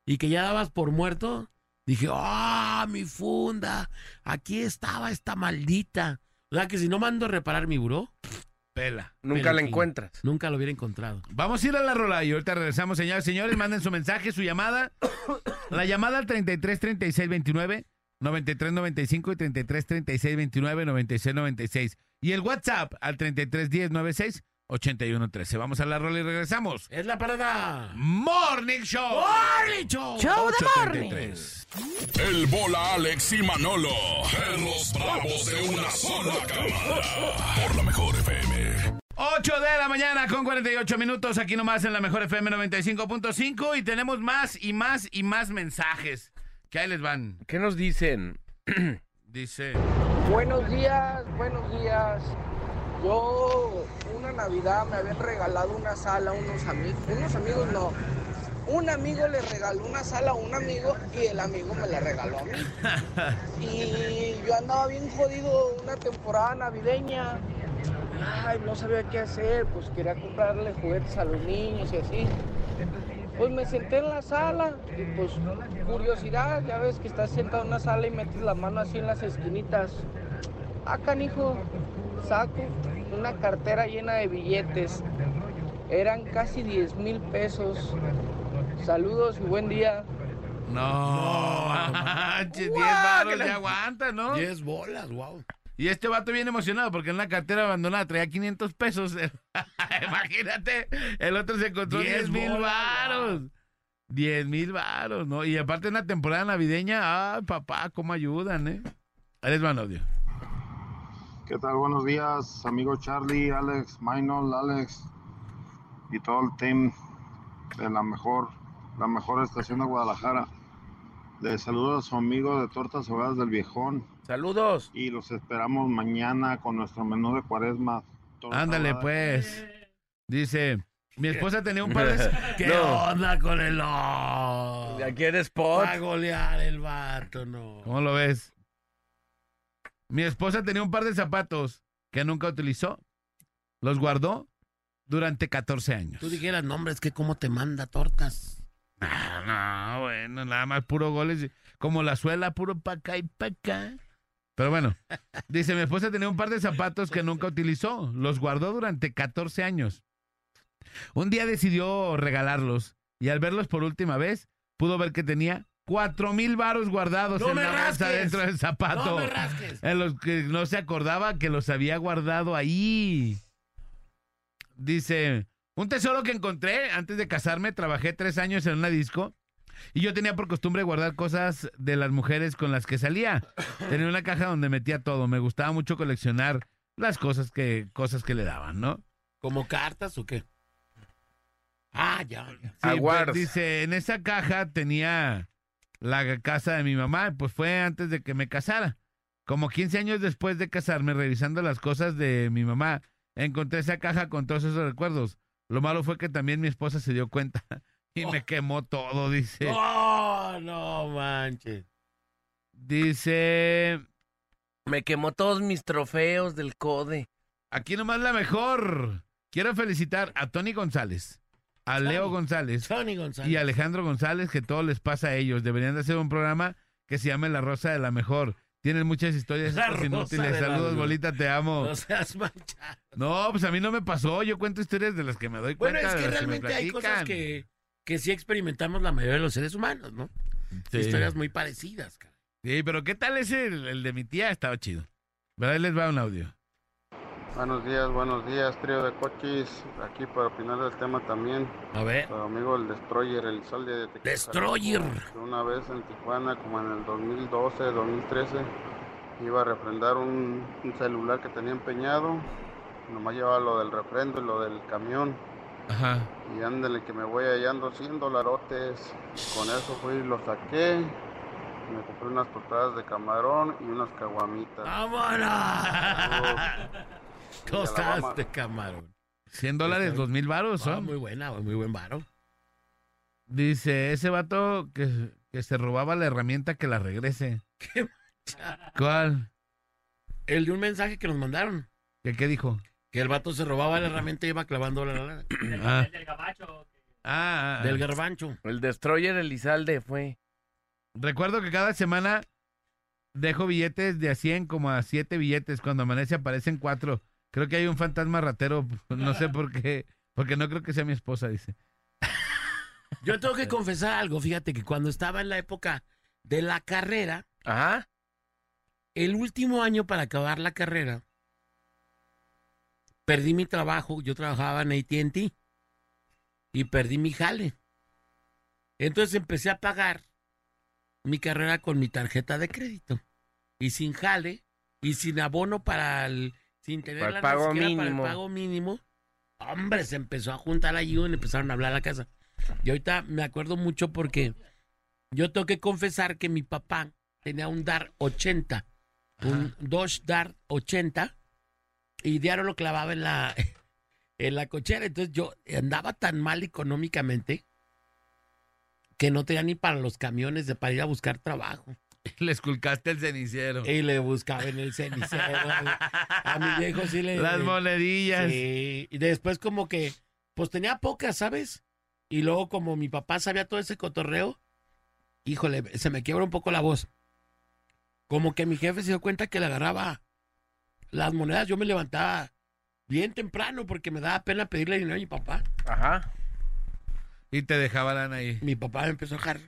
[SPEAKER 3] y que ya dabas por muerto, dije, ¡ah, mi funda! Aquí estaba esta maldita. O sea que si no mando a reparar mi buró,
[SPEAKER 4] Pela.
[SPEAKER 8] Nunca la
[SPEAKER 3] Peluquín.
[SPEAKER 8] encuentras.
[SPEAKER 3] nunca lo hubiera encontrado.
[SPEAKER 4] Vamos a ir a la rola y ahorita regresamos, señores. Señores, manden su mensaje, su llamada. La llamada al 33 36 29 93 95 y 33 36 29 96 96. Y el WhatsApp al 33 10 96 81 13. Vamos a la rola y regresamos.
[SPEAKER 3] Es la parada.
[SPEAKER 4] Morning Show.
[SPEAKER 3] ¡Borricho!
[SPEAKER 9] Show de morning.
[SPEAKER 4] 8:33.
[SPEAKER 2] El bola Alex y Manolo. En los bravos de una sola cámara. Por la mejor FM.
[SPEAKER 4] 8 de la mañana con 48 minutos. Aquí nomás en la mejor FM 95.5. Y tenemos más y más y más mensajes. Que ahí les van.
[SPEAKER 8] ¿Qué nos dicen?
[SPEAKER 4] Dice.
[SPEAKER 10] Buenos días, buenos días. Yo una Navidad me habían regalado una sala a unos amigos, unos amigos no. Un amigo le regaló una sala a un amigo y el amigo me la regaló a mí. Y yo andaba bien jodido una temporada navideña. Ay, no sabía qué hacer, pues quería comprarle juguetes a los niños y así. Pues me senté en la sala y pues curiosidad, ya ves que estás sentado en una sala y metes la mano así en las esquinitas. Ah, canijo, saco una cartera llena de billetes. Eran casi 10 mil pesos. Saludos y buen día.
[SPEAKER 4] No,
[SPEAKER 3] No, no
[SPEAKER 4] manches, 10 varos ya aguanta, ¿no?
[SPEAKER 3] 10 bolas, wow.
[SPEAKER 4] Y este vato bien emocionado porque en la cartera abandonada traía 500 pesos. Imagínate, el otro se encontró
[SPEAKER 3] 10
[SPEAKER 4] 10 mil
[SPEAKER 3] bolas,
[SPEAKER 4] varos. 10 mil varos, ¿no? Y aparte en la temporada navideña, ay, papá, cómo ayudan, ¿eh? Ahí les va el audio.
[SPEAKER 6] ¿Qué tal? Buenos días, amigo Charlie, Alex, Maynol, Alex y todo el team de la mejor, la mejor estación de Guadalajara. Les saludo a su amigo de Tortas Ahogadas del Viejón
[SPEAKER 8] Saludos.
[SPEAKER 6] y los esperamos mañana con nuestro menú de cuaresma. Torta
[SPEAKER 4] Ándale,
[SPEAKER 6] ahogada.
[SPEAKER 4] pues. Dice, mi esposa tenía un par de...
[SPEAKER 3] ¿Qué
[SPEAKER 8] No.
[SPEAKER 3] onda con el oh?
[SPEAKER 8] ¿De aquí eres
[SPEAKER 3] Va a
[SPEAKER 8] pot?
[SPEAKER 3] golear el vato, no.
[SPEAKER 4] ¿Cómo lo ves? Mi esposa tenía un par de zapatos que nunca utilizó. Los guardó durante 14 años.
[SPEAKER 3] Tú dijeras, no, hombre, es que cómo te manda tortas.
[SPEAKER 4] Ah, no, bueno, nada más puro goles. Como la suela, puro pa' acá y pa' acá. Pero bueno, dice, mi esposa tenía un par de zapatos que nunca utilizó. Los guardó durante 14 años. Un día decidió regalarlos y al verlos por última vez, pudo ver que tenía cuatro mil varos guardados
[SPEAKER 3] ¡No
[SPEAKER 4] en
[SPEAKER 3] me
[SPEAKER 4] la bolsa
[SPEAKER 3] rasques!
[SPEAKER 4] dentro del zapato.
[SPEAKER 3] No me rasques.
[SPEAKER 4] En los que no se acordaba que los había guardado ahí. Dice, un tesoro que encontré antes de casarme, trabajé tres años en una disco y yo tenía por costumbre guardar cosas de las mujeres con las que salía. Tenía una caja donde metía todo. Me gustaba mucho coleccionar las cosas que, cosas que le daban, ¿no?
[SPEAKER 3] ¿Como cartas o qué? Ah, ya. ya.
[SPEAKER 4] Sí, pues,
[SPEAKER 8] Aguarda.
[SPEAKER 4] dice, en esa caja tenía la casa de mi mamá, pues fue antes de que me casara. Como 15 años después de casarme, revisando las cosas de mi mamá, encontré esa caja con todos esos recuerdos. Lo malo fue que también mi esposa se dio cuenta y me quemó todo, dice.
[SPEAKER 3] Oh, No, no manches.
[SPEAKER 4] Dice,
[SPEAKER 8] Me quemó todos mis trofeos del code.
[SPEAKER 4] aquí nomás la mejor. Quiero felicitar a Tony González, a Leo
[SPEAKER 3] Tony.
[SPEAKER 4] González,
[SPEAKER 3] Tony González.
[SPEAKER 4] y Alejandro González que todo les pasa a ellos. Deberían de hacer un programa que se llame La Rosa de la Mejor. Tienen muchas historias
[SPEAKER 3] La
[SPEAKER 4] estas
[SPEAKER 3] Rosa
[SPEAKER 4] inútiles.
[SPEAKER 3] de la
[SPEAKER 4] Saludos,
[SPEAKER 3] Mejor.
[SPEAKER 4] bolita, te amo.
[SPEAKER 3] No seas manchado.
[SPEAKER 4] No, pues a mí no me pasó. Yo cuento historias de las que me doy
[SPEAKER 3] Bueno,
[SPEAKER 4] cuenta. de
[SPEAKER 3] es que
[SPEAKER 4] las me
[SPEAKER 3] realmente hay cosas
[SPEAKER 4] platican.
[SPEAKER 3] que, que sí experimentamos la mayoría de los seres humanos, ¿no?
[SPEAKER 4] Sí.
[SPEAKER 3] Historias muy parecidas, cara.
[SPEAKER 4] Sí, pero ¿qué tal ese? El, el de mi tía estaba chido. Pero ahí les va un audio.
[SPEAKER 6] Buenos días, buenos días, trío de coches. Aquí para opinar del tema también.
[SPEAKER 3] A ver.
[SPEAKER 6] Para amigo el Destroyer, el sol de Tequila,
[SPEAKER 3] Destroyer.
[SPEAKER 6] Jalisco, que Una vez en Tijuana, como en el 2012, 2013, iba a refrendar un, un celular que tenía empeñado. Nomás llevaba lo del refrendo y lo del camión.
[SPEAKER 4] Ajá.
[SPEAKER 6] Y ándale que me voy hallando 100 dolarotes. Con eso fui y lo saqué. Me compré unas tostadas de camarón y unas caguamitas.
[SPEAKER 3] ¡Vámonos! Cosas de camarón.
[SPEAKER 4] 100 dólares,
[SPEAKER 3] Está-
[SPEAKER 4] 2 mil baros
[SPEAKER 3] Ah,
[SPEAKER 4] son.
[SPEAKER 3] muy buena, muy buen varo.
[SPEAKER 4] Dice, ese vato que, que se robaba la herramienta que la regrese. ¿Cuál?
[SPEAKER 3] El de un mensaje que nos mandaron.
[SPEAKER 4] ¿Qué, qué dijo?
[SPEAKER 3] Que el vato se robaba la herramienta y iba clavando la lana.
[SPEAKER 4] Ah. Ah, ah,
[SPEAKER 3] Del garbancho.
[SPEAKER 8] El Destroyer Elizalde fue.
[SPEAKER 4] Recuerdo que cada semana dejo billetes de a 100 como a 7 billetes. Cuando amanece aparecen 4. Creo que hay un fantasma ratero. No sé por qué. Porque no creo que sea mi esposa, dice.
[SPEAKER 3] Yo tengo que confesar algo. Fíjate que cuando estaba en la época de la carrera,
[SPEAKER 8] Ajá.
[SPEAKER 3] el último año para acabar la carrera, perdí mi trabajo. Yo trabajaba en ATT y perdí mi jale. Entonces empecé a pagar mi carrera con mi tarjeta de crédito y sin jale y sin abono para el sin tener
[SPEAKER 8] Para el
[SPEAKER 3] lana
[SPEAKER 8] Pues pago
[SPEAKER 3] siquiera
[SPEAKER 8] mínimo.
[SPEAKER 3] para el pago mínimo. Hombre, se empezó a juntar allí y empezaron a hablar a la casa. Y ahorita me acuerdo mucho porque yo tengo que confesar que mi papá tenía un DAR 80, un Dodge DAR 80, y diario lo clavaba en la, en la cochera. Entonces yo andaba tan mal económicamente que no tenía ni para los camiones de para ir a buscar trabajo.
[SPEAKER 4] Le esculcaste el cenicero.
[SPEAKER 3] Y le buscaba en el cenicero. a mi viejo sí le...
[SPEAKER 4] Las monedillas.
[SPEAKER 3] Sí, y después como que, pues tenía pocas, ¿sabes? Y luego como mi papá sabía todo ese cotorreo, híjole, se me quiebra un poco la voz. Como que mi jefe se dio cuenta que le agarraba las monedas, yo me levantaba bien temprano porque me daba pena pedirle dinero a mi papá.
[SPEAKER 8] Ajá.
[SPEAKER 4] Y te dejaban ahí.
[SPEAKER 3] Mi papá me empezó a dejar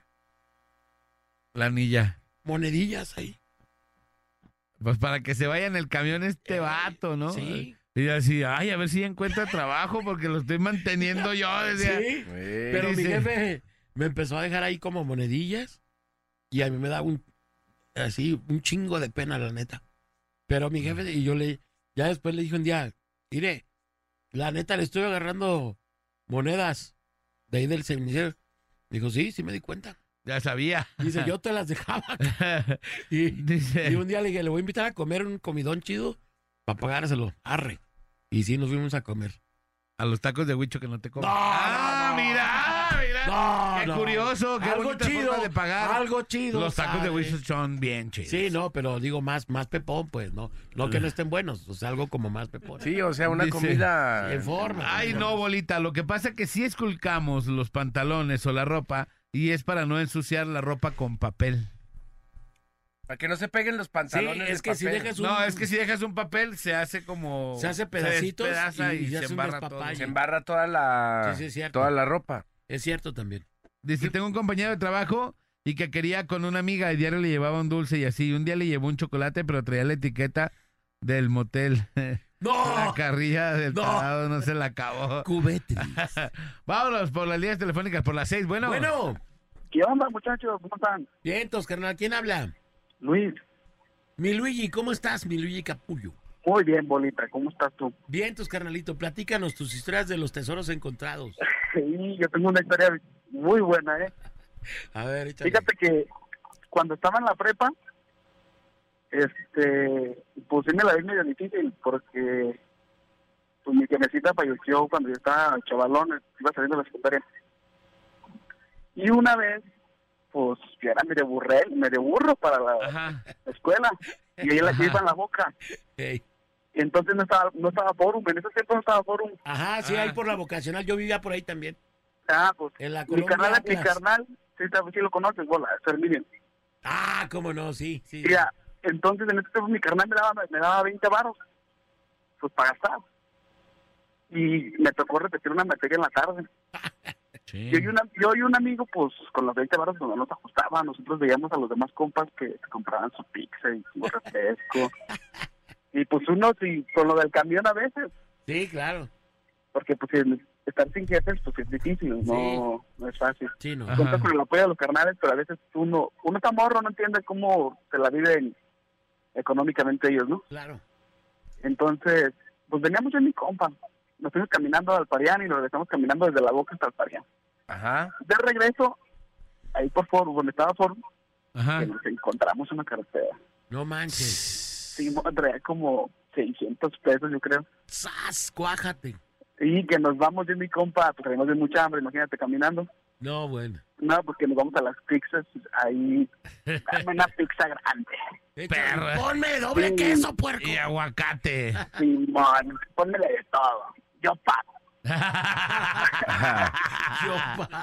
[SPEAKER 4] La anilla.
[SPEAKER 3] monedillas ahí.
[SPEAKER 4] Pues para que se vaya en el camión este
[SPEAKER 3] Eh,
[SPEAKER 4] vato, ¿no?
[SPEAKER 3] Sí,
[SPEAKER 4] Y así, ay, a ver si encuentra trabajo porque lo estoy manteniendo yo. decía.
[SPEAKER 3] sí.
[SPEAKER 8] Güey.
[SPEAKER 3] Pero mi
[SPEAKER 4] dice.
[SPEAKER 3] jefe me empezó a dejar ahí como monedillas y a mí me da un así un chingo de pena la neta. Pero mi jefe y yo le ya después le dije un día, "Mire, la neta le estoy agarrando monedas de ahí del cenicero." Dijo, "Sí, sí me di cuenta."
[SPEAKER 4] Ya sabía.
[SPEAKER 3] Dice, "Yo te las dejaba." Y, y
[SPEAKER 4] Dice,
[SPEAKER 3] un día le dije, "Le voy a invitar a comer un comidón chido para pagárselo." Arre. Y sí nos fuimos a comer.
[SPEAKER 4] a los tacos de huicho que no te comen.
[SPEAKER 3] No,
[SPEAKER 4] ah,
[SPEAKER 3] no, no.
[SPEAKER 4] mira, mira.
[SPEAKER 3] No,
[SPEAKER 4] qué
[SPEAKER 3] no.
[SPEAKER 4] curioso, qué
[SPEAKER 3] algo
[SPEAKER 4] bonita
[SPEAKER 3] chido
[SPEAKER 4] forma de pagar.
[SPEAKER 3] Algo chido.
[SPEAKER 4] los tacos de
[SPEAKER 3] ¿sabes?
[SPEAKER 4] huicho son bien chidos.
[SPEAKER 3] Sí, no, pero digo más, más pepón, pues, no, no que no estén buenos, o sea, algo como más pepón.
[SPEAKER 8] Sí, o sea, una
[SPEAKER 4] Dice-
[SPEAKER 8] comida.
[SPEAKER 3] en forma.
[SPEAKER 4] Ay,
[SPEAKER 3] pues,
[SPEAKER 4] no, bolita. Lo que pasa es que sí esculcamos los pantalones o la ropa y es para no ensuciar la ropa con papel.
[SPEAKER 8] Para que no se peguen los
[SPEAKER 3] Sí,
[SPEAKER 8] pantalones.
[SPEAKER 3] es
[SPEAKER 8] de
[SPEAKER 3] que si
[SPEAKER 8] papel.
[SPEAKER 3] dejas un
[SPEAKER 4] No, es que si dejas un papel se hace como...
[SPEAKER 3] Se hace pedacitos
[SPEAKER 4] Se despedaza
[SPEAKER 3] y- y
[SPEAKER 4] y,
[SPEAKER 3] se
[SPEAKER 4] se
[SPEAKER 3] hace un
[SPEAKER 4] embarra todo.
[SPEAKER 3] despapalle.
[SPEAKER 8] Se embarra toda la.
[SPEAKER 3] Sí, sí, es cierto.
[SPEAKER 8] toda la ropa.
[SPEAKER 3] es cierto también.
[SPEAKER 4] Dice, tengo un compañero de trabajo y que quería con una amiga y diario le llevaba un dulce y así. Un día le llevó un chocolate, pero traía la etiqueta del motel. La
[SPEAKER 3] No,
[SPEAKER 4] carrilla del
[SPEAKER 3] No.
[SPEAKER 4] tarado no se la acabó.
[SPEAKER 3] cubete.
[SPEAKER 4] Vámonos por las líneas telefónicas, por las seis. Bueno,
[SPEAKER 3] Bueno,
[SPEAKER 9] ¿Qué onda, muchachos? ¿Cómo están?
[SPEAKER 3] vientos, carnal, ¿quién habla?
[SPEAKER 9] Luis,
[SPEAKER 3] Mi Luigi, ¿cómo estás, mi Luigi Capullo?
[SPEAKER 9] muy bien, bolita. ¿Cómo estás tú?
[SPEAKER 3] Vientos, carnalito, platícanos tus historias de los tesoros encontrados.
[SPEAKER 9] Sí, yo tengo una historia muy buena, ¿eh?
[SPEAKER 3] A ver, échale.
[SPEAKER 9] Fíjate que cuando estaba en la prepa, este, pues sí me la vi medio difícil porque pues mi jefecita falleció cuando yo estaba chavalón, iba saliendo de la secundaria. Y una vez, pues yo era medio burré, medio burro para la
[SPEAKER 4] Ajá.
[SPEAKER 9] escuela y ella la
[SPEAKER 4] Ajá.
[SPEAKER 9] lleva en la boca.
[SPEAKER 3] Ey.
[SPEAKER 9] Y entonces no estaba, no estaba forum, en ese tiempo no estaba forum.
[SPEAKER 3] Ajá, sí,
[SPEAKER 4] Ah.
[SPEAKER 3] ahí por la vocacional, yo vivía por ahí también,
[SPEAKER 9] Ah, pues
[SPEAKER 3] en la
[SPEAKER 9] mi
[SPEAKER 3] Colombia.
[SPEAKER 9] carnal, mi
[SPEAKER 3] Atlas.
[SPEAKER 9] carnal, si lo conoces, bola, es Herminio.
[SPEAKER 3] Ah, cómo no, sí, sí.
[SPEAKER 9] Mira, entonces en ese tiempo mi carnal me daba, me daba 20 varos, pues para gastar. Y me tocó repetir una materia en la tarde. Yo, y una- yo y un amigo, pues con los 20 varos pues, no nos ajustaba. Nosotros veíamos a los demás compas que se compraban su pizza y su refresco. y pues uno, sí, con lo del camión a veces,
[SPEAKER 3] Sí, claro.
[SPEAKER 9] porque pues el- estar sin jefes pues es difícil, no, no es fácil.
[SPEAKER 3] Sí, no.
[SPEAKER 4] Ajá.
[SPEAKER 9] Cuenta con el apoyo de los carnales, pero a veces uno, uno está morro, no entiende cómo se la viven económicamente ellos, ¿no?
[SPEAKER 3] Claro.
[SPEAKER 9] Entonces, pues veníamos yo y mi compa. Nos fuimos caminando al Parián y nos regresamos caminando desde la boca hasta el Parián.
[SPEAKER 8] Ajá.
[SPEAKER 9] De regreso, ahí por Foro, donde estaba Foro,
[SPEAKER 4] Ajá.
[SPEAKER 9] que nos encontramos una cartera.
[SPEAKER 3] No manches.
[SPEAKER 9] Sí, traía como 600 pesos, yo creo.
[SPEAKER 3] ¡Sas! Cuájate.
[SPEAKER 9] Y que nos vamos yo y mi compa, pues traíamos de mucha hambre, imagínate, caminando.
[SPEAKER 3] No, bueno.
[SPEAKER 9] No, porque nos vamos a las pizzas ahí. Dame una pizza grande.
[SPEAKER 3] Échale,
[SPEAKER 4] Perra.
[SPEAKER 3] Ponme doble queso, puerco.
[SPEAKER 4] Y aguacate.
[SPEAKER 9] Simón, pónmele de todo. Yo pago.
[SPEAKER 3] Yo, pa-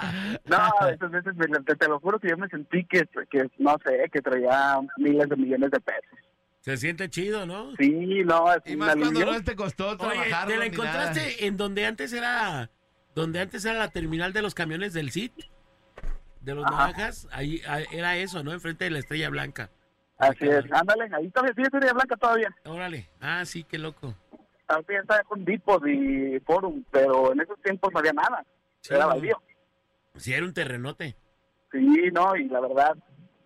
[SPEAKER 9] No, esas veces me- te, te lo juro que yo me sentí que, que, no sé, que traía miles de millones de pesos.
[SPEAKER 3] Se siente chido, ¿no?
[SPEAKER 9] Sí, no, es
[SPEAKER 4] Y
[SPEAKER 9] un
[SPEAKER 4] más cuando
[SPEAKER 9] alivio.
[SPEAKER 4] no te costó
[SPEAKER 3] Oye,
[SPEAKER 4] trabajar.
[SPEAKER 3] ¿te la encontraste en donde antes era donde antes era la terminal de los camiones del CIT? De los
[SPEAKER 9] Ajá.
[SPEAKER 3] naranjas, ahí a- era eso, ¿no? Enfrente de la Estrella Blanca.
[SPEAKER 9] Así es, ándale, ahí todavía sigue Feria Blanca todavía.
[SPEAKER 3] Órale. Ah, sí, qué loco.
[SPEAKER 9] Todavía está con Dipos y Forum, pero en esos tiempos no había nada.
[SPEAKER 3] Sí,
[SPEAKER 9] Era
[SPEAKER 3] ¿no?
[SPEAKER 9] vacío.
[SPEAKER 3] Sí, era un terrenote.
[SPEAKER 9] Sí, no, y la verdad,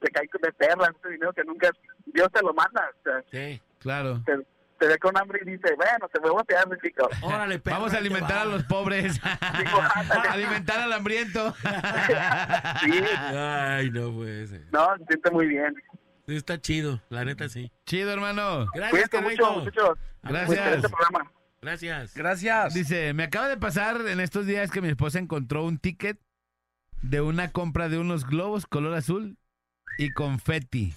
[SPEAKER 9] te cae de perlas ese dinero que nunca, Dios te lo manda. o sea,
[SPEAKER 3] Sí.
[SPEAKER 4] Claro.
[SPEAKER 9] te, te ve con hambre y dice, bueno, te voy a pegar, mi chico.
[SPEAKER 3] Órale, perro,
[SPEAKER 4] Vamos a
[SPEAKER 3] ahí te
[SPEAKER 4] alimentar
[SPEAKER 3] va.
[SPEAKER 4] a los pobres. alimentar al hambriento.
[SPEAKER 9] Sí,
[SPEAKER 3] Ay, no puede ser.
[SPEAKER 9] no, se siente muy bien.
[SPEAKER 3] Sí, está chido, la neta sí.
[SPEAKER 4] Chido, hermano.
[SPEAKER 3] Gracias,
[SPEAKER 9] Cuídate mucho,
[SPEAKER 3] carnalito.
[SPEAKER 9] muchachos. Muy
[SPEAKER 4] Gracias.
[SPEAKER 9] excelente programa.
[SPEAKER 3] Gracias.
[SPEAKER 8] Gracias.
[SPEAKER 4] Dice, me acaba de pasar en estos días que mi esposa encontró un ticket de una compra de unos globos color azul y confeti.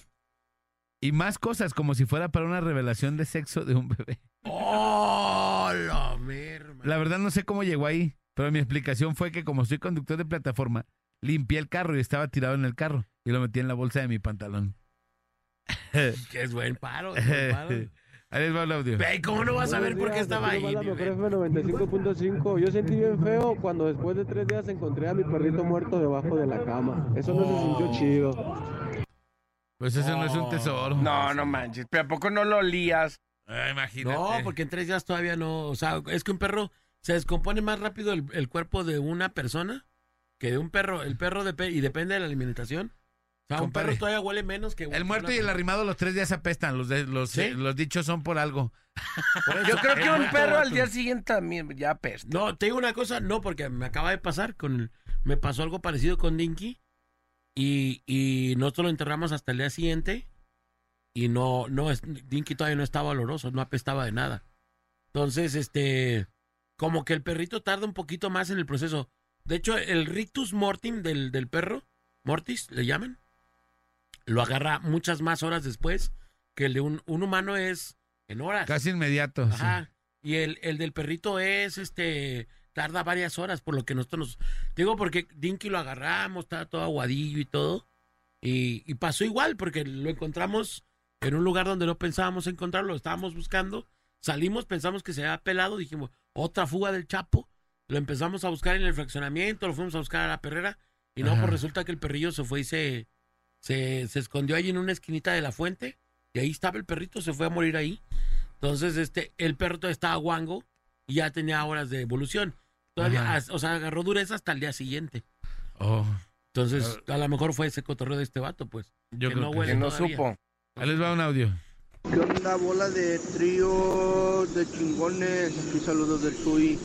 [SPEAKER 4] Y más cosas como si fuera para una revelación de sexo de un bebé.
[SPEAKER 3] Oh, la merma.
[SPEAKER 4] La verdad no sé cómo llegó ahí, pero mi explicación fue que como soy conductor de plataforma, limpié el carro y estaba tirado en el carro y lo metí en la bolsa de mi pantalón.
[SPEAKER 3] Que es buen paro, es buen paro.
[SPEAKER 4] Ahí les va el audio.
[SPEAKER 3] Ve, ¿cómo no vas a ver por qué estaba ahí? mi
[SPEAKER 10] mejor
[SPEAKER 3] bebé?
[SPEAKER 10] FM95.5. Yo sentí bien feo cuando después de tres días encontré a mi perrito muerto debajo de la cama. Eso no se sintió chido.
[SPEAKER 4] Pues eso no es un tesoro.
[SPEAKER 8] No, no manches. ¿Pero a poco no lo olías?
[SPEAKER 4] Ah, imagínate.
[SPEAKER 3] No, porque en tres días todavía no. O sea, es que un perro se descompone más rápido el, el cuerpo de una persona que de un perro. El perro depe- y depende de la alimentación. O sea, un
[SPEAKER 4] Compadre,
[SPEAKER 3] perro todavía huele menos que
[SPEAKER 4] El muerto y el arrimado los tres días apestan. Los, de- los,
[SPEAKER 3] ¿Sí?
[SPEAKER 4] eh, los dichos son por algo.
[SPEAKER 8] Yo creo que un
[SPEAKER 3] muerto,
[SPEAKER 8] perro al
[SPEAKER 3] vato.
[SPEAKER 8] día siguiente también ya apesta.
[SPEAKER 3] eh, No, te digo una cosa, no, porque me acaba de pasar con. Me pasó algo parecido con Dinky. Y, y nosotros lo enterramos hasta el día siguiente. Y no, no, es- Dinky todavía no estaba oloroso, no apestaba de nada. Entonces, este. Como que el perrito tarda un poquito más en el proceso. De hecho, el rictus mortim del, del perro, mortis, le llaman, lo agarra muchas más horas después que el de un, un humano es en horas.
[SPEAKER 4] Casi inmediato. sí.
[SPEAKER 3] Ajá. Y el, el del perrito es, este, tarda varias horas, por lo que nosotros nos... Digo, porque Dinky lo agarramos, estaba todo aguadillo y todo. Y, y pasó igual, porque lo encontramos en un lugar donde no pensábamos encontrarlo, lo estábamos buscando. Salimos, pensamos que se había pelado, dijimos, otra fuga del Chapo. Lo empezamos a buscar en el fraccionamiento, lo fuimos a buscar a la perrera. Y no,
[SPEAKER 4] Ajá.
[SPEAKER 3] pues resulta que el perrillo se fue y se, se, se escondió ahí en una esquinita de la fuente. Y ahí estaba el perrito, se fue a morir ahí. Entonces, este, el perro todavía estaba guango y ya tenía horas de evolución. Todavía,
[SPEAKER 4] Ajá.
[SPEAKER 3] as- o sea, agarró dureza hasta el día siguiente.
[SPEAKER 4] Oh,
[SPEAKER 3] Entonces, a lo mejor fue ese cotorreo de este vato, pues.
[SPEAKER 4] yo
[SPEAKER 3] Que
[SPEAKER 4] creo
[SPEAKER 3] no
[SPEAKER 4] que
[SPEAKER 8] Que
[SPEAKER 3] huele.
[SPEAKER 4] sí.
[SPEAKER 8] no
[SPEAKER 3] todavía.
[SPEAKER 8] supo.
[SPEAKER 4] Ahí les va un audio.
[SPEAKER 10] ¿Qué onda, bola de trío de chingones? Aquí saludos del Chuy,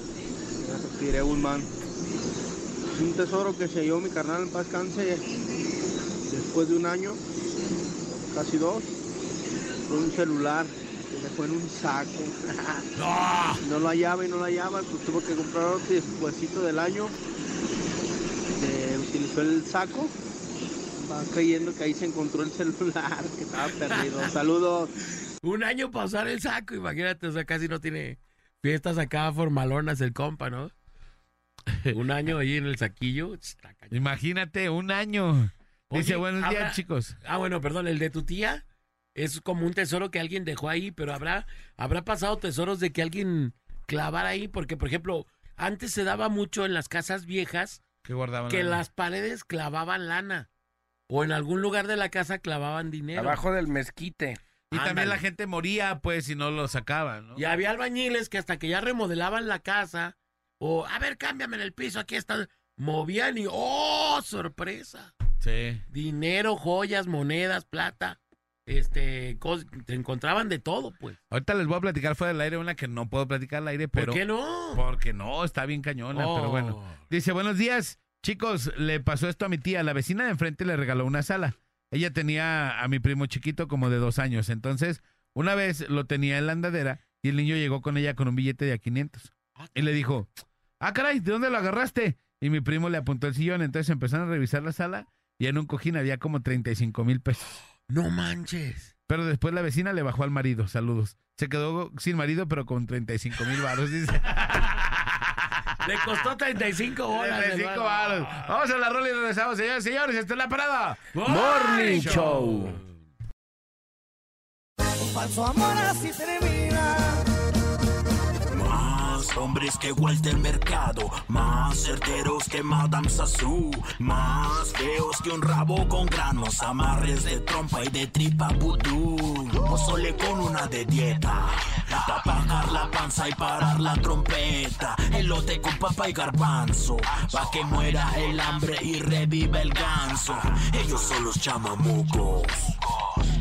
[SPEAKER 10] Tiré Guzmán. Un tesoro que se halló mi carnal en paz canse después de un año, casi dos, fue un celular que se fue en un saco. No lo hallaba y no lo hallaba, pues tuve que comprar otro y despuésito del año se utilizó el saco. Va creyendo que ahí se encontró el celular que estaba perdido. Saludos.
[SPEAKER 3] Un año pasar el saco, imagínate, o sea, casi no tiene fiestas acá formalonas el compa, ¿no? Un año ahí en el saquillo. está cañón.
[SPEAKER 4] Imagínate, un año. Dice,
[SPEAKER 3] Oye,
[SPEAKER 4] buenos
[SPEAKER 3] habla-
[SPEAKER 4] días, chicos.
[SPEAKER 3] Ah, bueno, perdón, el de tu tía es como un tesoro que alguien dejó ahí, pero habrá, habrá pasado tesoros de que alguien clavara ahí, porque, por ejemplo, antes se daba mucho en las casas viejas
[SPEAKER 4] Que guardaban.
[SPEAKER 3] que
[SPEAKER 4] la-
[SPEAKER 3] las paredes clavaban lana o en algún lugar de la casa clavaban dinero.
[SPEAKER 8] Abajo del mezquite.
[SPEAKER 4] Y también
[SPEAKER 3] Ándale.
[SPEAKER 4] la gente moría, pues, si no lo sacaban, ¿no?
[SPEAKER 3] Y había albañiles que hasta que ya remodelaban la casa o a ver, cámbiame en el piso, aquí está, movían y oh, sorpresa.
[SPEAKER 4] Sí.
[SPEAKER 3] Dinero, joyas, monedas, plata, este, cos- te encontraban de todo, pues.
[SPEAKER 4] Ahorita les voy a platicar fuera del aire una que no puedo platicar al aire,
[SPEAKER 3] ¿Por
[SPEAKER 4] pero...
[SPEAKER 3] qué no?
[SPEAKER 4] Porque no, está bien cañona, pero bueno.
[SPEAKER 3] Oh.
[SPEAKER 4] Dice, buenos días. Chicos, le pasó esto a mi tía. La vecina de enfrente le regaló una sala. Ella tenía a mi primo chiquito como de dos años. Entonces, una vez lo tenía en la andadera y el niño llegó con ella con un billete de a 500. Y le dijo, ah, caray, ¿de "Ah, dónde lo agarraste? Y mi primo le apuntó el sillón, entonces empezaron a revisar la sala y en un cojín había como 35 mil pesos.
[SPEAKER 3] No manches.
[SPEAKER 4] Pero después la vecina le bajó al marido, saludos. Se quedó sin marido, pero con 35 mil varos, dice.
[SPEAKER 3] Le costó 35 bolas.
[SPEAKER 4] 35
[SPEAKER 3] hermano.
[SPEAKER 4] varos. Vamos a la rola y regresamos, señores, señores, está en la parada.
[SPEAKER 8] Morning Show.
[SPEAKER 1] Falso amor así termina. Más hombres que Walter Mercado, más certeros que Madame Sassou, más feos que un rabo con granos, amarres de trompa y de tripa vudú. Pozole con una de dieta, para pagar la panza y parar la trompeta, elote con papa y garbanzo, pa' que muera el hambre y reviva el ganso. Ellos son los chamamucos,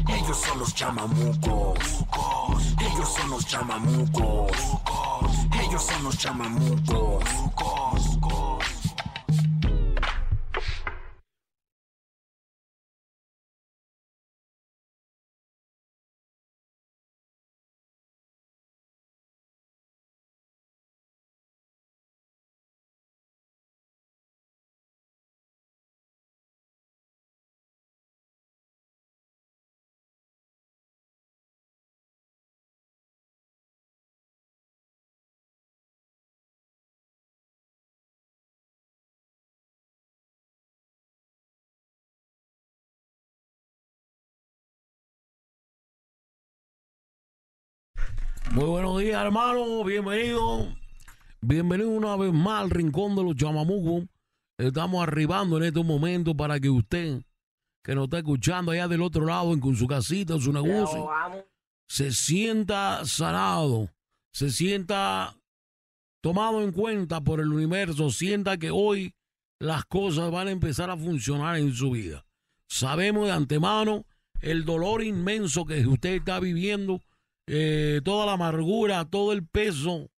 [SPEAKER 1] ellos son los chamamucos, ellos son los chamamucos. Ellos son los chamamucos.
[SPEAKER 3] Muy buenos días, hermano. Bienvenido. Bienvenido una vez más al Rincón de los Chamamucos. Estamos arribando en este momento para que usted, que nos está escuchando allá del otro lado, en con su casita, en su negocio, se sienta sanado, se sienta tomado en cuenta por el universo, sienta que hoy las cosas van a empezar a funcionar en su vida. Sabemos de antemano el dolor inmenso que usted está viviendo, eh, toda la amargura, todo el peso,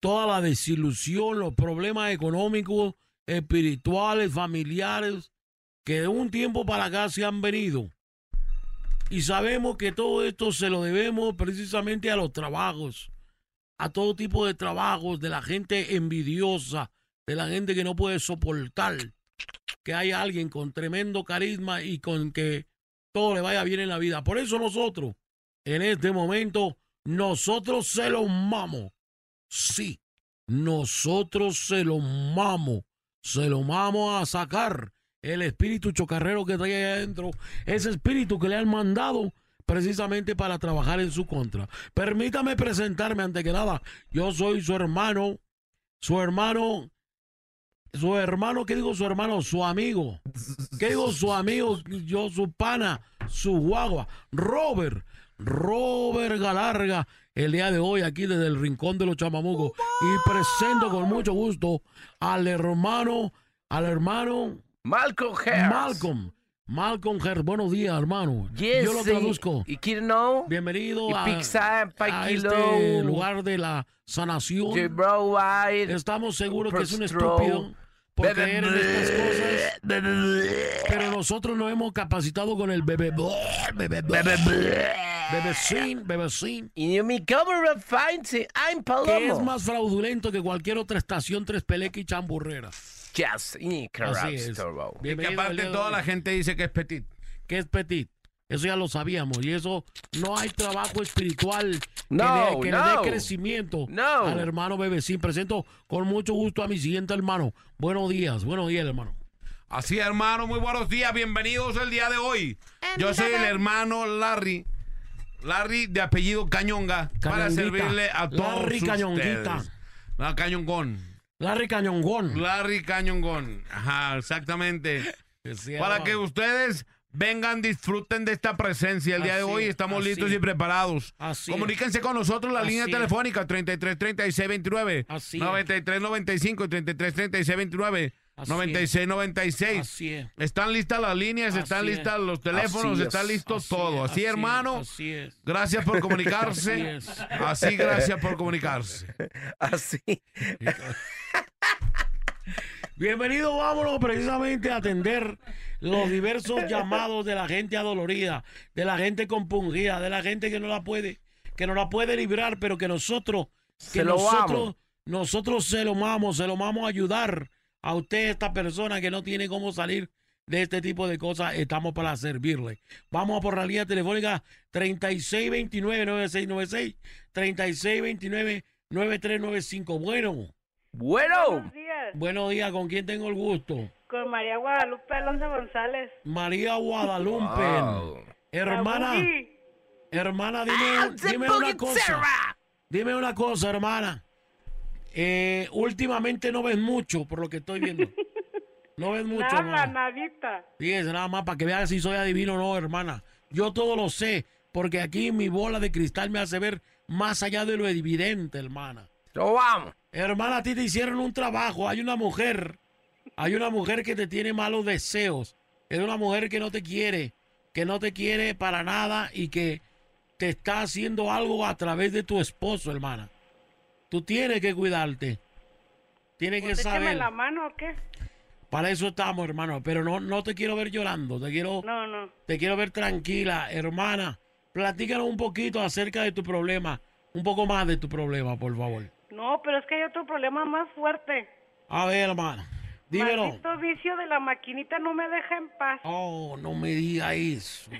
[SPEAKER 3] toda la desilusión, los problemas económicos, espirituales, familiares, que de un tiempo para acá se han venido. Y sabemos que todo esto se lo debemos precisamente a los trabajos, a todo tipo de trabajos, de la gente envidiosa, de la gente que no puede soportar que haya alguien con tremendo carisma y con que todo le vaya bien en la vida. Por eso nosotros, en este momento, nosotros se lo mamos. Sí, nosotros se lo mamos. Se lo vamos a sacar el espíritu chocarrero que trae ahí adentro, ese espíritu que le han mandado precisamente para trabajar en su contra. Permítame presentarme ante que nada. Yo soy su hermano, su hermano, su hermano, ¿qué digo su hermano? Su amigo. ¿Qué digo su amigo? Yo, su pana, su guagua. Robert, Robert Galarga, el día de hoy aquí desde el Rincón de los Chamamucos. Y presento con mucho gusto al hermano, al hermano...
[SPEAKER 8] Malcolm Harris.
[SPEAKER 3] Malcolm. Malcolm Herr, buenos días, hermano.
[SPEAKER 8] Yes,
[SPEAKER 3] Yo lo
[SPEAKER 8] sí.
[SPEAKER 3] traduzco.
[SPEAKER 8] ¿Y quién no?
[SPEAKER 3] Bienvenido
[SPEAKER 8] Y
[SPEAKER 3] a,
[SPEAKER 8] pizza, pa'
[SPEAKER 3] a
[SPEAKER 8] kilo.
[SPEAKER 3] este lugar de la sanación.
[SPEAKER 8] Sí, bro, why?
[SPEAKER 3] Estamos seguros que es un
[SPEAKER 8] Prostro.
[SPEAKER 3] estúpido por creer en estas cosas. Pero nosotros nos hemos capacitado con el bebé. Bebé. Bebecín, bebecín.
[SPEAKER 8] Y yo mi cámara fancy, I'm
[SPEAKER 3] Que es
[SPEAKER 8] Palomo.
[SPEAKER 3] más fraudulento que cualquier otra estación tres peleca y chamburrera.
[SPEAKER 8] Just in
[SPEAKER 3] Así es.
[SPEAKER 8] Turbo.
[SPEAKER 4] Y que
[SPEAKER 3] Bienvenido al
[SPEAKER 4] aparte
[SPEAKER 3] día de
[SPEAKER 4] toda
[SPEAKER 3] hoy.
[SPEAKER 4] la gente dice que es petit.
[SPEAKER 3] que es petit. Eso ya lo sabíamos. Y eso no hay trabajo espiritual que,
[SPEAKER 8] No,
[SPEAKER 3] le, que le
[SPEAKER 8] no.
[SPEAKER 3] dé crecimiento
[SPEAKER 8] No.
[SPEAKER 3] al hermano Bebecín. Presento con mucho gusto a mi siguiente hermano. Buenos días, buenos días, hermano.
[SPEAKER 4] Así, hermano, muy buenos días, bienvenidos al día de hoy. Yo soy el hermano Larry. Larry de apellido Cañonga. Para
[SPEAKER 3] Cañonguita.
[SPEAKER 4] servirle a todos
[SPEAKER 3] Larry Cañonguita.
[SPEAKER 4] ustedes. No, Cañongón.
[SPEAKER 3] Larry Cañongón.
[SPEAKER 4] Larry Cañongón. Ajá, exactamente. Para que ustedes vengan, disfruten de esta presencia. El día de
[SPEAKER 3] Así
[SPEAKER 4] hoy
[SPEAKER 3] es,
[SPEAKER 4] estamos
[SPEAKER 3] así
[SPEAKER 4] listos
[SPEAKER 3] es.
[SPEAKER 4] y preparados.
[SPEAKER 3] Así es.
[SPEAKER 4] Comuníquense con nosotros la
[SPEAKER 3] Así
[SPEAKER 4] línea
[SPEAKER 3] es.
[SPEAKER 4] telefónica 33 36 29
[SPEAKER 3] Así es.
[SPEAKER 4] 93 95 y 33 36 29
[SPEAKER 3] Así
[SPEAKER 4] 96 96.
[SPEAKER 3] Así es.
[SPEAKER 4] Están listas las líneas,
[SPEAKER 3] Así
[SPEAKER 4] están
[SPEAKER 3] es.
[SPEAKER 4] listas los teléfonos,
[SPEAKER 8] Así es.
[SPEAKER 4] está listo
[SPEAKER 3] Así
[SPEAKER 4] todo.
[SPEAKER 3] es,
[SPEAKER 4] Así,
[SPEAKER 3] es,
[SPEAKER 4] hermano,
[SPEAKER 3] Así es.
[SPEAKER 4] gracias por comunicarse.
[SPEAKER 3] Así es.
[SPEAKER 4] Así, gracias por comunicarse.
[SPEAKER 8] Así.
[SPEAKER 3] Bienvenido, vámonos precisamente a atender los diversos llamados de la gente adolorida, de la gente compungida, de la gente que no la puede, que no la puede librar, pero que nosotros, que
[SPEAKER 8] Se lo
[SPEAKER 3] nosotros,
[SPEAKER 8] vamos.
[SPEAKER 3] nosotros se lo vamos, se lo vamos a ayudar a usted, esta persona que no tiene cómo salir de este tipo de cosas, estamos para servirle. Vamos a por la línea telefónica 3629-9696, 3629-9395. Bueno.
[SPEAKER 11] Buenos días.
[SPEAKER 3] Buenos días, ¿con quién tengo el gusto?
[SPEAKER 11] Con María Guadalupe Alonso González.
[SPEAKER 3] María Guadalupe.
[SPEAKER 11] Wow.
[SPEAKER 3] Hermana,
[SPEAKER 11] La Buki.
[SPEAKER 3] hermana, dime, un- dime una cosa. Dime una cosa, hermana. Eh, últimamente no ves mucho, por lo que estoy viendo. No ves mucho,
[SPEAKER 11] Nada,
[SPEAKER 3] hermana.
[SPEAKER 11] nadita.
[SPEAKER 3] Fíjese nada más para que veas si soy adivino o no, hermana. Yo todo lo sé, porque aquí mi bola de cristal me hace ver más allá de lo evidente, hermana.
[SPEAKER 8] ¡Lo vamos!
[SPEAKER 3] Hermana, a ti te hicieron un trabajo. Hay una mujer, hay una mujer que te tiene malos deseos. Es una mujer que no te quiere, que no te quiere para nada y que te está haciendo algo a través de tu esposo, hermana. Tú tienes que cuidarte. Tienes que
[SPEAKER 11] Pues échame
[SPEAKER 3] saber.
[SPEAKER 11] la mano o qué?
[SPEAKER 3] Para eso estamos, hermano. Pero no, no te quiero ver llorando. Te quiero,
[SPEAKER 11] No, no.
[SPEAKER 3] te quiero ver tranquila, hermana. Platícanos un poquito acerca de tu problema. Un poco más de tu problema, por favor.
[SPEAKER 11] No, pero es que hay otro problema más fuerte.
[SPEAKER 3] A ver, hermana. Dímelo.
[SPEAKER 11] Maldito vicio de la maquinita no me deja en paz.
[SPEAKER 3] Oh, no me diga eso.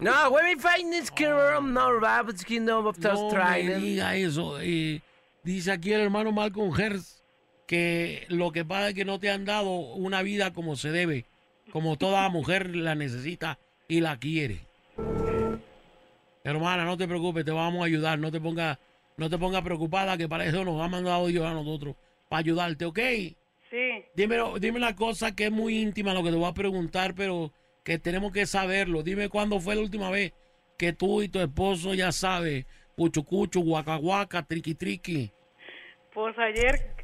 [SPEAKER 8] No, when we find this girl, no, rabbit's kingdom of
[SPEAKER 3] No me
[SPEAKER 8] Australia.
[SPEAKER 3] diga eso. Eh, dice aquí el hermano Malcolm Hertz que lo que pasa es que no te han dado una vida como se debe, como toda mujer la necesita y la quiere. Hermana, no te preocupes, te vamos a ayudar. No te pongas no te ponga preocupada, que para eso nos ha mandado Dios a nosotros, para ayudarte, ¿ok?
[SPEAKER 11] Sí.
[SPEAKER 3] Dímelo, dime una cosa que es muy íntima lo que te voy a preguntar, pero que tenemos que saberlo. Dime cuándo fue la última vez que tú y tu esposo, ya sabes, cuchucuchu, guacaguaca, triqui triqui.
[SPEAKER 11] Pues ayer.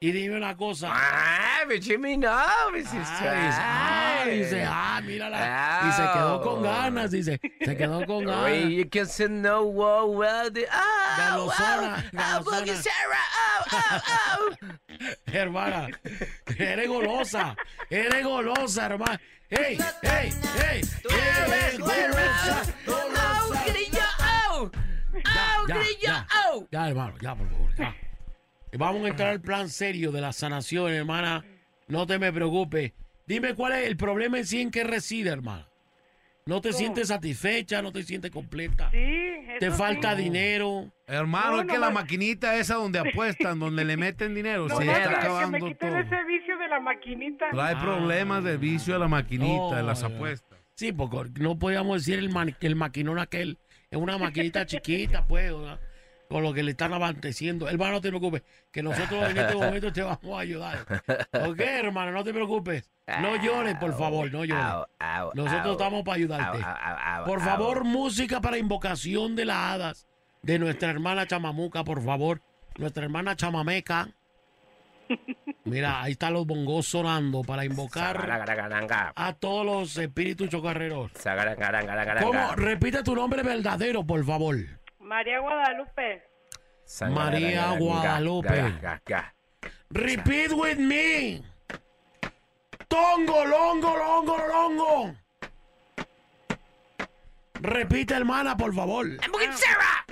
[SPEAKER 3] Y dime una cosa.
[SPEAKER 8] Ah, me Jimmy, no, me dice,
[SPEAKER 3] Ah, dice, ah, mírala. Y se quedó con ganas, dice. Se quedó con
[SPEAKER 8] Oye,
[SPEAKER 3] ganas.
[SPEAKER 8] you can say no, wow, wow, de, ah, wow,
[SPEAKER 3] Galosona,
[SPEAKER 8] ah,
[SPEAKER 3] galosona.
[SPEAKER 8] Boogie Sarah, ah, ah, ah.
[SPEAKER 3] Hermana, eres golosa. Eres golosa, hermana. ¡Ey, ey, ey! ¡Eres golosa!
[SPEAKER 8] ¡Au, grillo, au! ¡Au,
[SPEAKER 3] ya,
[SPEAKER 8] grillo,
[SPEAKER 3] ya.
[SPEAKER 11] oh.
[SPEAKER 8] au!
[SPEAKER 3] Ya, hermano, ya, por favor, ya. Eh, Vamos a entrar al plan serio de la sanación, hermana. No te me preocupes. Dime cuál es el problema en sí en que reside, hermana. No te sientes satisfecha, no te sientes completa.
[SPEAKER 11] Oh. Sí, eso
[SPEAKER 3] Te falta
[SPEAKER 11] sí.
[SPEAKER 3] dinero.
[SPEAKER 4] Hermano,
[SPEAKER 11] No,
[SPEAKER 4] es que la
[SPEAKER 11] nomás-
[SPEAKER 4] maquinita esa donde apuestan, donde le meten dinero,
[SPEAKER 11] No,
[SPEAKER 4] se
[SPEAKER 11] más
[SPEAKER 4] está
[SPEAKER 11] que- que me
[SPEAKER 4] acabando
[SPEAKER 11] quiten
[SPEAKER 4] todo.
[SPEAKER 11] ese vicio de la maquinita.
[SPEAKER 4] Trae
[SPEAKER 3] Ah.
[SPEAKER 4] problemas de vicio de la maquinita, de
[SPEAKER 3] No,
[SPEAKER 4] las
[SPEAKER 3] Ah, ya.
[SPEAKER 4] apuestas.
[SPEAKER 3] Sí, porque no podíamos decir el, ma- el maquinón aquel. Es una maquinita chiquita, pues, o sea, con lo que le están abasteciendo. Hermano, no te preocupes, que nosotros en este momento te vamos a ayudar. ¿Ok, hermano? No te preocupes. No llores, por favor, no llores.
[SPEAKER 8] Au, au,
[SPEAKER 3] Nosotros
[SPEAKER 8] au.
[SPEAKER 3] estamos para ayudarte.
[SPEAKER 8] Au, au, au,
[SPEAKER 3] Por
[SPEAKER 8] au.
[SPEAKER 3] favor, música para invocación de las hadas de nuestra hermana Chamamuca, por favor. Nuestra hermana Chamameca. Mira, ahí están los bongos sonando para invocar
[SPEAKER 8] Sagaragaranga,
[SPEAKER 3] a todos los espíritus chocarreros.
[SPEAKER 8] sagaragaranga,
[SPEAKER 3] ¿Cómo? Repite tu nombre verdadero, por favor.
[SPEAKER 11] María Guadalupe.
[SPEAKER 8] sagaragaranga,
[SPEAKER 3] María Guadalupe.
[SPEAKER 8] ga, ga, ga.
[SPEAKER 3] Repeat with me. Tongo, longo, longo, longo. Repite, hermana, por favor.
[SPEAKER 8] Boogie Sarah.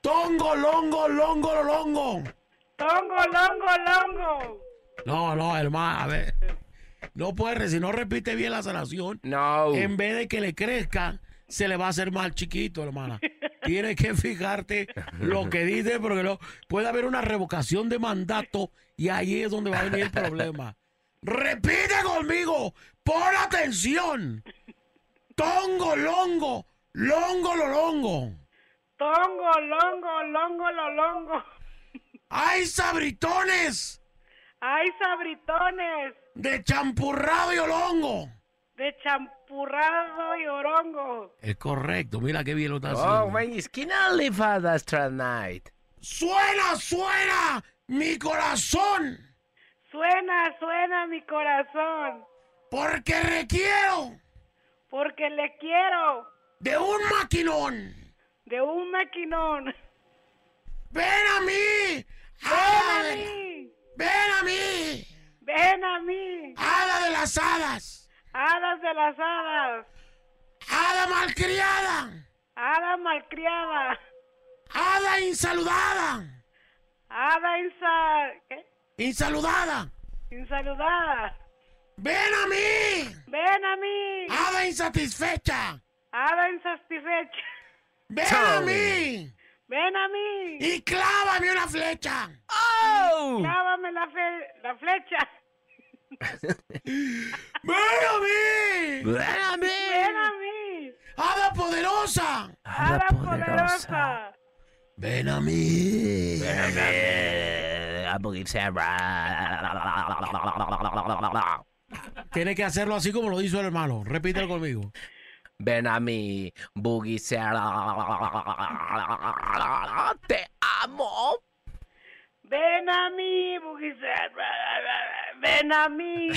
[SPEAKER 3] Tongo, longo, longo, longo.
[SPEAKER 11] Tongo, longo, longo.
[SPEAKER 3] No, no, hermana, a ver. No puede, si no repite bien la sanación,
[SPEAKER 8] No.
[SPEAKER 3] en vez de que le crezca, se le va a hacer más chiquito, hermana. Tienes que fijarte lo que dice, porque no- puede haber una revocación de mandato y ahí es donde va a venir el problema. Repite conmigo, pon atención. Tongo, longo, longo, lo longo.
[SPEAKER 11] Tongo, longo, longo, lo longo.
[SPEAKER 3] ¡Ay, sabritones
[SPEAKER 11] Hay sabritones
[SPEAKER 3] de champurrado y olongo!
[SPEAKER 11] de champurrado y orongo.
[SPEAKER 3] Es correcto, mira qué bien lo está haciendo.
[SPEAKER 8] Oh, my skin only for the astral night.
[SPEAKER 3] ¡Suena, suena! ¡Mi corazón!
[SPEAKER 11] Suena, suena mi corazón,
[SPEAKER 3] Porque requiero
[SPEAKER 11] porque le quiero
[SPEAKER 3] de un maquinón.
[SPEAKER 11] de un maquinón.
[SPEAKER 3] ¡Ven a mí!
[SPEAKER 11] Ven a
[SPEAKER 3] ¡Hada de,
[SPEAKER 11] mí,
[SPEAKER 3] ¡Ven a mí!
[SPEAKER 11] ven a mí,
[SPEAKER 3] ¡Hada de las hadas!
[SPEAKER 11] hadas de las hadas,
[SPEAKER 3] ¡Hada malcriada!
[SPEAKER 11] hada malcriada,
[SPEAKER 3] ¡Hada insaludada!
[SPEAKER 11] hada insa... ¿qué?
[SPEAKER 3] Insaludada.
[SPEAKER 11] Insaludada.
[SPEAKER 3] ¡Ven a mí!
[SPEAKER 11] ¡Ven a mí!
[SPEAKER 3] Hada insatisfecha.
[SPEAKER 11] ¡Hada insatisfecha!
[SPEAKER 3] ¡Ven a mí!
[SPEAKER 11] ¡Ven a mí!
[SPEAKER 3] ¡Y clávame una flecha!
[SPEAKER 11] ¡Oh! ¡Clávame la, fe- la flecha!
[SPEAKER 3] ¡Ven a mí!
[SPEAKER 11] ¡Ven a mí! ¡Ven a mí!
[SPEAKER 3] ¡Hada poderosa!
[SPEAKER 11] ¡Hada poderosa!
[SPEAKER 3] ¡Ven a mí! ¡Ven a Tiene que hacerlo así como lo hizo el hermano. Repítelo conmigo.
[SPEAKER 8] Ven a mí, Boogie
[SPEAKER 3] Ah.
[SPEAKER 1] Ah,
[SPEAKER 8] Serra. Te amo.
[SPEAKER 11] ¡Ven a mí, Bugicer! ¡Ven a mí!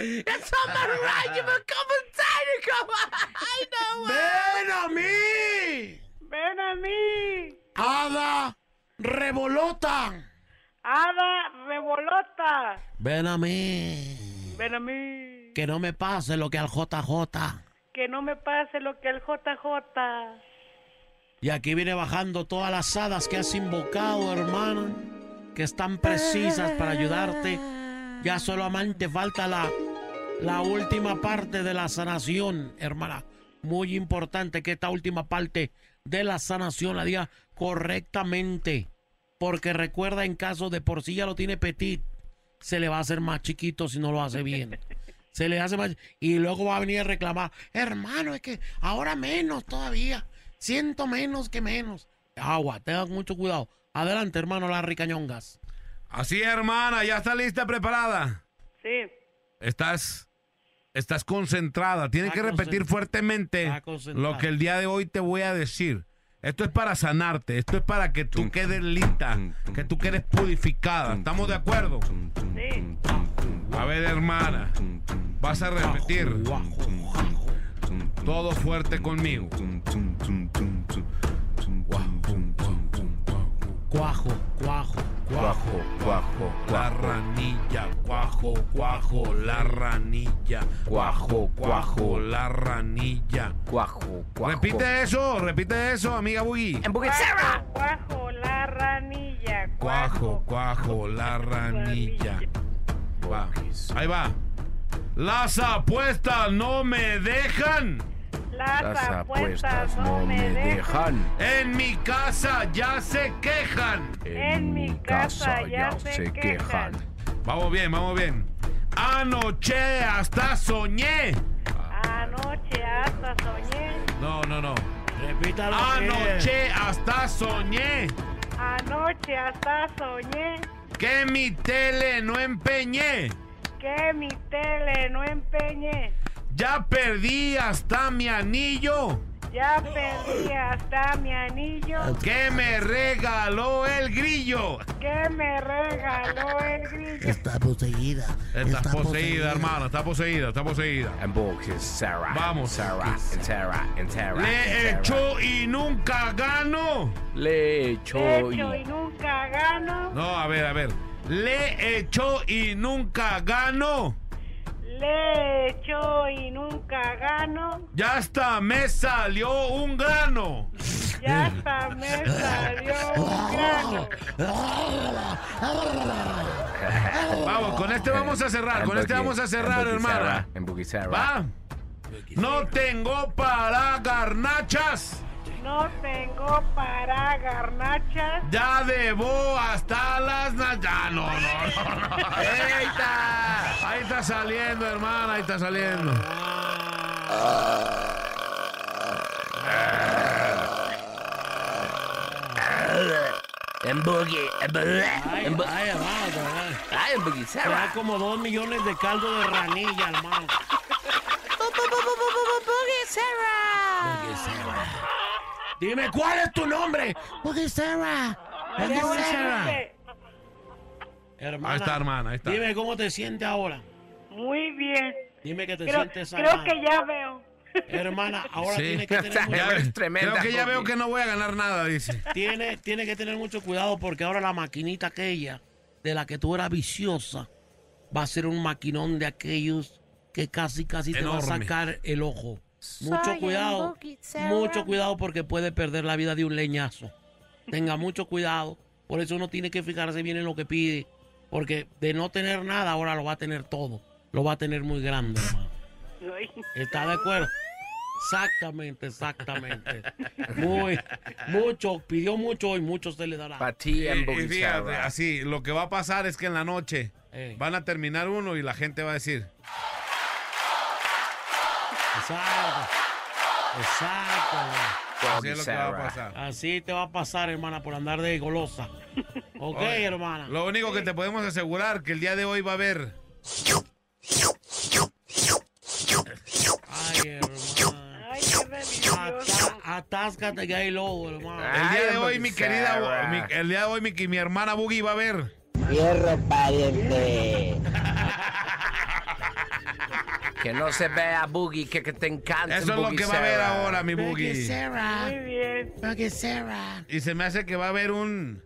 [SPEAKER 1] It's on my right, you will come inside and come. I know.
[SPEAKER 3] ¡Ven a mí!
[SPEAKER 11] ¡Ven a mí!
[SPEAKER 3] ¡Hada revolota!
[SPEAKER 11] ¡Hada revolota!
[SPEAKER 3] ¡Ven a mí!
[SPEAKER 11] ¡Ven a mí!
[SPEAKER 3] Que no me pase lo que al JJ.
[SPEAKER 11] Que no me pase lo que al JJ.
[SPEAKER 3] Y aquí viene bajando todas las hadas que has invocado, hermano, que están precisas para ayudarte. Ya solamente falta la, la última parte de la sanación, hermana. Muy importante que esta última parte de la sanación la diga correctamente. Porque recuerda, en caso de por sí ya lo tiene petit, se le va a hacer más chiquito si no lo hace bien. Se le hace más. Y luego va a venir a reclamar: Hermano, es que ahora menos todavía. Siento menos que menos. Agua, tengan mucho cuidado. Adelante, hermano Larry Cañongas.
[SPEAKER 4] Así, hermana, ya está lista, preparada.
[SPEAKER 11] Sí.
[SPEAKER 4] Estás, estás concentrada. Tienes
[SPEAKER 3] Está
[SPEAKER 4] que repetir
[SPEAKER 3] concent-
[SPEAKER 4] fuertemente
[SPEAKER 3] está concentrada.
[SPEAKER 4] lo que el día de hoy te voy a decir. Esto es para sanarte, esto es para que tú quedes lista, que tú quedes purificada. ¿Estamos de acuerdo?
[SPEAKER 11] Sí.
[SPEAKER 4] A ver, hermana, vas a repetir todo fuerte conmigo.
[SPEAKER 3] Cuajo, cuajo,
[SPEAKER 4] Cuajo, cuajo, la ranilla, cuajo, cuajo, la ranilla, cuajo, cuajo, la ranilla,
[SPEAKER 8] cuajo, cuajo.
[SPEAKER 4] Repite eso, repite eso, amiga Boogie.
[SPEAKER 11] Cuajo, cuajo, la ranilla.
[SPEAKER 4] Cuajo, cuajo, la ranilla. Va. Ahí va. Las apuestas no me dejan.
[SPEAKER 11] Las, apuestas no me dejan.
[SPEAKER 4] En mi casa ya se quejan.
[SPEAKER 11] En mi casa ya se quejan.
[SPEAKER 4] Vamos bien, vamos bien. Anoche hasta soñé.
[SPEAKER 11] Anoche hasta soñé.
[SPEAKER 4] No, no, no.
[SPEAKER 3] Repítalo.
[SPEAKER 4] Anoche hasta soñé
[SPEAKER 11] Anoche hasta soñé
[SPEAKER 4] que mi tele no empeñé.
[SPEAKER 11] que mi tele no empeñé.
[SPEAKER 4] Ya perdí hasta mi anillo
[SPEAKER 11] Ya perdí hasta mi anillo
[SPEAKER 4] que me regaló el grillo.
[SPEAKER 11] que me regaló el grillo.
[SPEAKER 3] Está poseída.
[SPEAKER 4] Estás poseída, hermana, está poseída, está poseída. Vamos.
[SPEAKER 8] Sarah, Sarah, Sarah.
[SPEAKER 4] Le echó y nunca gano.
[SPEAKER 8] Le echó
[SPEAKER 11] Hecho y nunca gano,
[SPEAKER 4] No, a ver, a ver. Le echó y nunca gano.
[SPEAKER 11] le echo y nunca gano,
[SPEAKER 4] Ya hasta me salió un grano.
[SPEAKER 11] ya
[SPEAKER 4] Eh.
[SPEAKER 11] hasta me salió un grano.
[SPEAKER 4] Vamos, con este vamos a cerrar, con este vamos a cerrar, hermana.
[SPEAKER 8] En Boogie Sarah.
[SPEAKER 4] Va. No tengo para garnachas.
[SPEAKER 11] No tengo para garnachas,
[SPEAKER 4] Ya debo hasta las na- Ya, no, no, no, no. Ahí está. Ahí está saliendo, hermana, ahí está saliendo.
[SPEAKER 8] En Boogie. En Boogie.
[SPEAKER 3] Ay,
[SPEAKER 8] En
[SPEAKER 3] ay,
[SPEAKER 8] Bo-
[SPEAKER 3] hermano, hermano.
[SPEAKER 8] Ay, en Boogie
[SPEAKER 3] Te da
[SPEAKER 8] Sarah.
[SPEAKER 3] como dos millones de caldo de ranilla, hermano.
[SPEAKER 1] Boogie Sarah.
[SPEAKER 3] Dime, ¿cuál es tu nombre? Boogie Sarah. Boogie Sarah.
[SPEAKER 11] Dice,
[SPEAKER 3] Hermana,
[SPEAKER 4] Ahí está, hermana, ahí está.
[SPEAKER 3] Dime cómo te sientes ahora.
[SPEAKER 11] muy bien.
[SPEAKER 3] Dime que te
[SPEAKER 11] Creo,
[SPEAKER 3] sientes
[SPEAKER 11] creo
[SPEAKER 3] amada.
[SPEAKER 11] que ya veo.
[SPEAKER 3] Hermana, ahora
[SPEAKER 4] Sí.
[SPEAKER 3] tienes que tener mucho
[SPEAKER 4] Ya
[SPEAKER 8] Eres
[SPEAKER 4] ve-
[SPEAKER 8] tremenda,
[SPEAKER 4] Creo que ya
[SPEAKER 8] Boogie.
[SPEAKER 4] veo que no voy a ganar nada, dice.
[SPEAKER 3] tiene, tiene que tener mucho cuidado porque ahora la maquinita aquella de la que tú eras viciosa va a ser un maquinón de aquellos que casi casi te va a
[SPEAKER 4] Enorme.
[SPEAKER 3] sacar el ojo. Mucho cuidado, mucho cuidado porque puede perder la vida de un leñazo. Tenga mucho cuidado Por eso uno tiene que fijarse bien en lo que pide. Porque de no tener nada, ahora lo va a tener todo. Lo va a tener muy grande, hermano. ¿Está de acuerdo? Exactamente, exactamente. Muy, mucho, pidió mucho y mucho se le dará.
[SPEAKER 4] Y- y fíjate, así, lo que va a pasar es que en la noche van a terminar uno y la gente va a decir.
[SPEAKER 3] Exacto. Exacto. güey.
[SPEAKER 4] Así es lo que va a pasar.
[SPEAKER 3] Así te va a pasar, hermana, por andar de golosa. Ok,
[SPEAKER 4] Oye,
[SPEAKER 3] hermana.
[SPEAKER 4] Lo único que te podemos asegurar que el día de hoy va a haber.
[SPEAKER 3] Ay, hermana. Atá- atáscate que hay lobo, hermano.
[SPEAKER 4] El día de hoy, mi querida, mi- el día de hoy, mi, que mi hermana Boogie va a ver.
[SPEAKER 12] Hierro, pariente.
[SPEAKER 8] Que no se vea, Boogie, que, que te encante.
[SPEAKER 4] Eso es lo que va a haber ahora, mi Boogie.
[SPEAKER 3] Muy bien. Porque Sarah.
[SPEAKER 4] Y se me hace que va a haber un.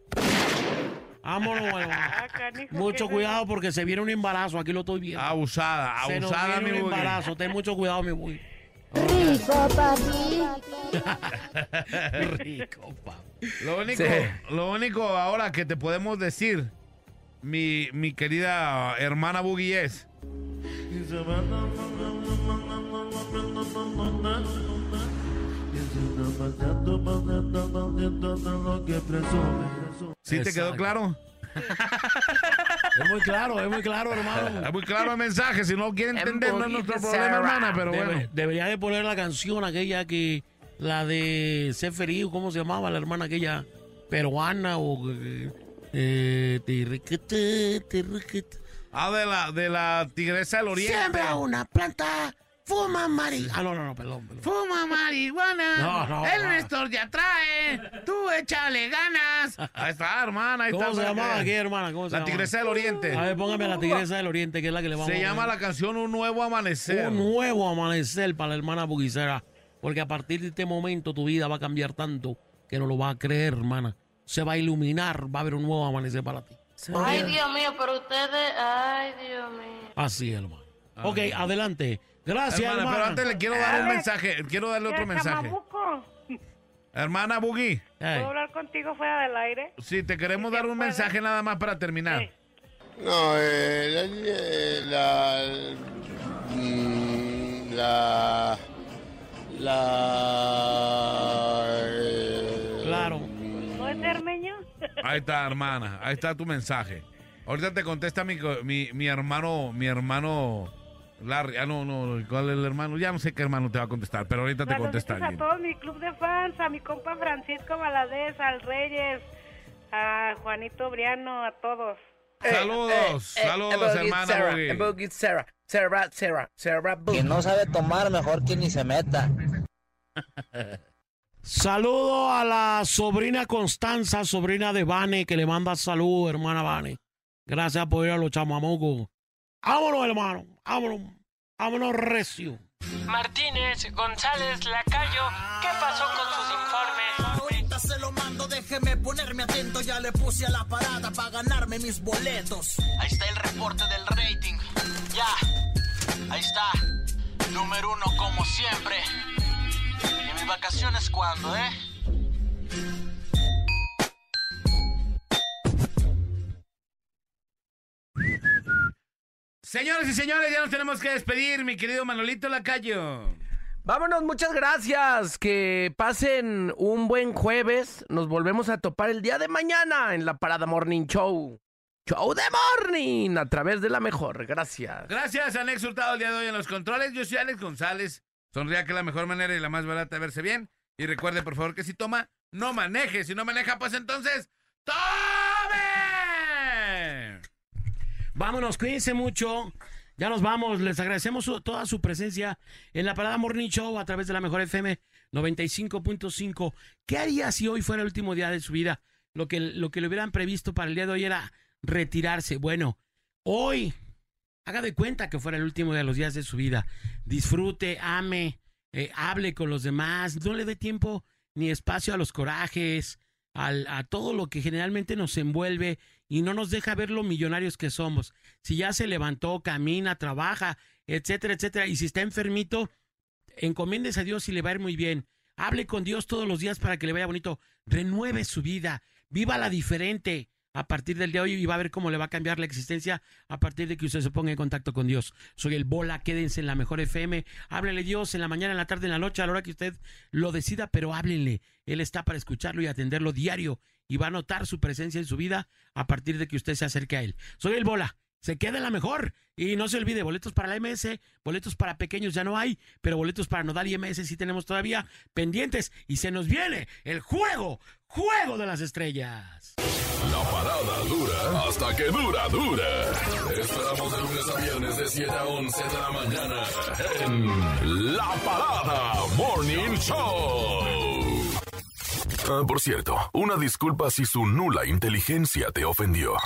[SPEAKER 4] Ah,
[SPEAKER 3] Vámonos,
[SPEAKER 11] Ah,
[SPEAKER 3] hermano. Mucho cuidado porque se viene un embarazo. Aquí lo estoy viendo.
[SPEAKER 4] Abusada,
[SPEAKER 3] Se nos
[SPEAKER 4] abusada,
[SPEAKER 3] viene
[SPEAKER 4] mi
[SPEAKER 3] un
[SPEAKER 4] Boogie.
[SPEAKER 3] embarazo. Ten mucho cuidado, mi Boogie.
[SPEAKER 13] Rico, papi.
[SPEAKER 3] Rico,
[SPEAKER 4] Lo único,
[SPEAKER 3] Sí.
[SPEAKER 4] lo único ahora que te podemos decir, mi, mi querida hermana Boogie es. ¿Sí te quedó claro?
[SPEAKER 3] Es muy claro, es muy claro, hermano.
[SPEAKER 4] Es muy claro el mensaje. Si no quiere entender, no es nuestro problema, hermana, pero
[SPEAKER 3] Debe-
[SPEAKER 4] bueno.
[SPEAKER 3] Debería de poner la canción aquella que. La de Ser Feliz, ¿cómo se llamaba? La hermana aquella peruana o. eh, eh, tirriquete, tirriquete.
[SPEAKER 4] Ah, de la, de la tigresa del oriente.
[SPEAKER 3] Siembra una planta, fuma marihuana. Ah, no, no, no, perdón. perdón.
[SPEAKER 4] Fuma marihuana.
[SPEAKER 3] No, no,
[SPEAKER 4] El
[SPEAKER 3] no.
[SPEAKER 4] Néstor ya trae. Tú échale ganas. Ahí está, hermana. Ahí
[SPEAKER 3] ¿Cómo
[SPEAKER 4] está,
[SPEAKER 3] se
[SPEAKER 4] hermana.
[SPEAKER 3] llamaba aquí, hermana? ¿Cómo se
[SPEAKER 4] La
[SPEAKER 3] llamaba?
[SPEAKER 4] Tigresa del Oriente.
[SPEAKER 3] A ver, póngame la Tigresa del Oriente, que es la que le vamos a
[SPEAKER 4] Se llama
[SPEAKER 3] poner.
[SPEAKER 4] la canción Un Nuevo Amanecer.
[SPEAKER 3] Un nuevo amanecer para la hermana Buguicera. Porque a partir de este momento tu vida va a cambiar tanto que no lo vas a creer, hermana. Se va a iluminar, va a haber un nuevo amanecer para ti.
[SPEAKER 13] Ay, Dios mío, pero ustedes. Ay, Dios mío.
[SPEAKER 3] Así, hermano. Ok, adelante. Gracias,
[SPEAKER 4] hermana,
[SPEAKER 3] hermana. Eh.
[SPEAKER 4] pero antes le quiero dar un mensaje. Quiero darle otro
[SPEAKER 11] Ya,
[SPEAKER 4] mensaje.
[SPEAKER 11] Chamuco,
[SPEAKER 4] Hermana Boogie.
[SPEAKER 11] ¿puedo hablar contigo fuera del aire?
[SPEAKER 4] Sí, te queremos dar un mensaje nada más para terminar.
[SPEAKER 14] No, eh, la, eh, la, mm, la, la, eh,
[SPEAKER 4] Claro.
[SPEAKER 11] ¿No es hermeño?
[SPEAKER 4] Ahí está, hermana. Ahí está tu mensaje. Ahorita te contesta mi, co- mi, mi hermano, mi hermano Larry. Ah, no, no, ¿cuál es el hermano? Ya no sé qué hermano te va a contestar, pero ahorita te contesta
[SPEAKER 11] Saluditos a todo mi
[SPEAKER 4] alguien.
[SPEAKER 11] club de fans, a mi compa Francisco Valadez, al Reyes, a Juanito Briano, a todos.
[SPEAKER 8] Eh,
[SPEAKER 4] Saludos, saludos, hermana Boogie.
[SPEAKER 8] Boogie, Sarah, Sarah, Sarah, Sarah, Boogie.
[SPEAKER 12] Quien no sabe tomar, mejor que ni se meta.
[SPEAKER 3] Saludo a la sobrina Constanza, sobrina de Vane, que le manda saludos, hermana Vane. Gracias por ir a los chamamucos. Vámonos, hermano. Vámonos. Vámonos, recio.
[SPEAKER 15] Martínez, González, Lacayo, ¿qué pasó con sus informes?
[SPEAKER 1] Ahorita se lo mando, déjeme ponerme atento. Ya le puse a la parada para ganarme mis boletos. Ahí está el reporte del rating. Ya, ahí está. Número uno, como siempre. ¿Y mis vacaciones cuándo, eh?
[SPEAKER 4] Señores y señores, ya nos tenemos que despedir, mi querido Manolito Lacayo.
[SPEAKER 8] Vámonos, muchas gracias. Que pasen un buen jueves. Nos volvemos a topar el día de mañana en la Parada Morning Show. Show de Morning a través de la mejor. Gracias.
[SPEAKER 4] Gracias a Nex Hurtado el día de hoy en los controles. Yo soy Alex González. Sonría que es la mejor manera y la más barata de verse bien. Y recuerde, por favor, que si toma, no maneje. Si no maneja, pues entonces, ¡tome!
[SPEAKER 3] Vámonos, cuídense mucho. Ya nos vamos. Les agradecemos su- toda su presencia en la Parada Morning Show a través de la Mejor FM 95.5. ¿Qué haría si hoy fuera el último día de su vida? Lo que, lo que le hubieran previsto para el día de hoy era retirarse. Bueno, hoy haga de cuenta que fuera el último de los días de su vida. Disfrute, ame, eh, hable con los demás. No le dé tiempo ni espacio a los corajes, al- a todo lo que generalmente nos envuelve y no nos deja ver lo millonarios que somos. Si ya se levantó, camina, trabaja, etcétera, etcétera. Y si está enfermito, encomiéndese a Dios y le va a ir muy bien. Hable con Dios todos los días para que le vaya bonito. Renueve su vida. viva la diferente a partir del día de hoy y va a ver cómo le va a cambiar la existencia a partir de que usted se ponga en contacto con Dios. Soy el Bola, quédense en la mejor FM, háblele Dios en la mañana, en la tarde, en la noche, a la hora que usted lo decida, pero háblenle. Él está para escucharlo y atenderlo diario y va a notar su presencia en su vida a partir de que usted se acerque a él. Soy el Bola. Se queda en la mejor. Y no se olvide, boletos para la MS, boletos para pequeños ya no hay, pero boletos para Nodal y MS sí tenemos todavía pendientes. Y se nos viene el juego, juego de las estrellas.
[SPEAKER 2] La parada dura hasta que dura, dura. Esperamos de lunes a viernes de 7 a 11 de la mañana en La Parada Morning Show. Ah, por cierto, una disculpa si su nula inteligencia te ofendió.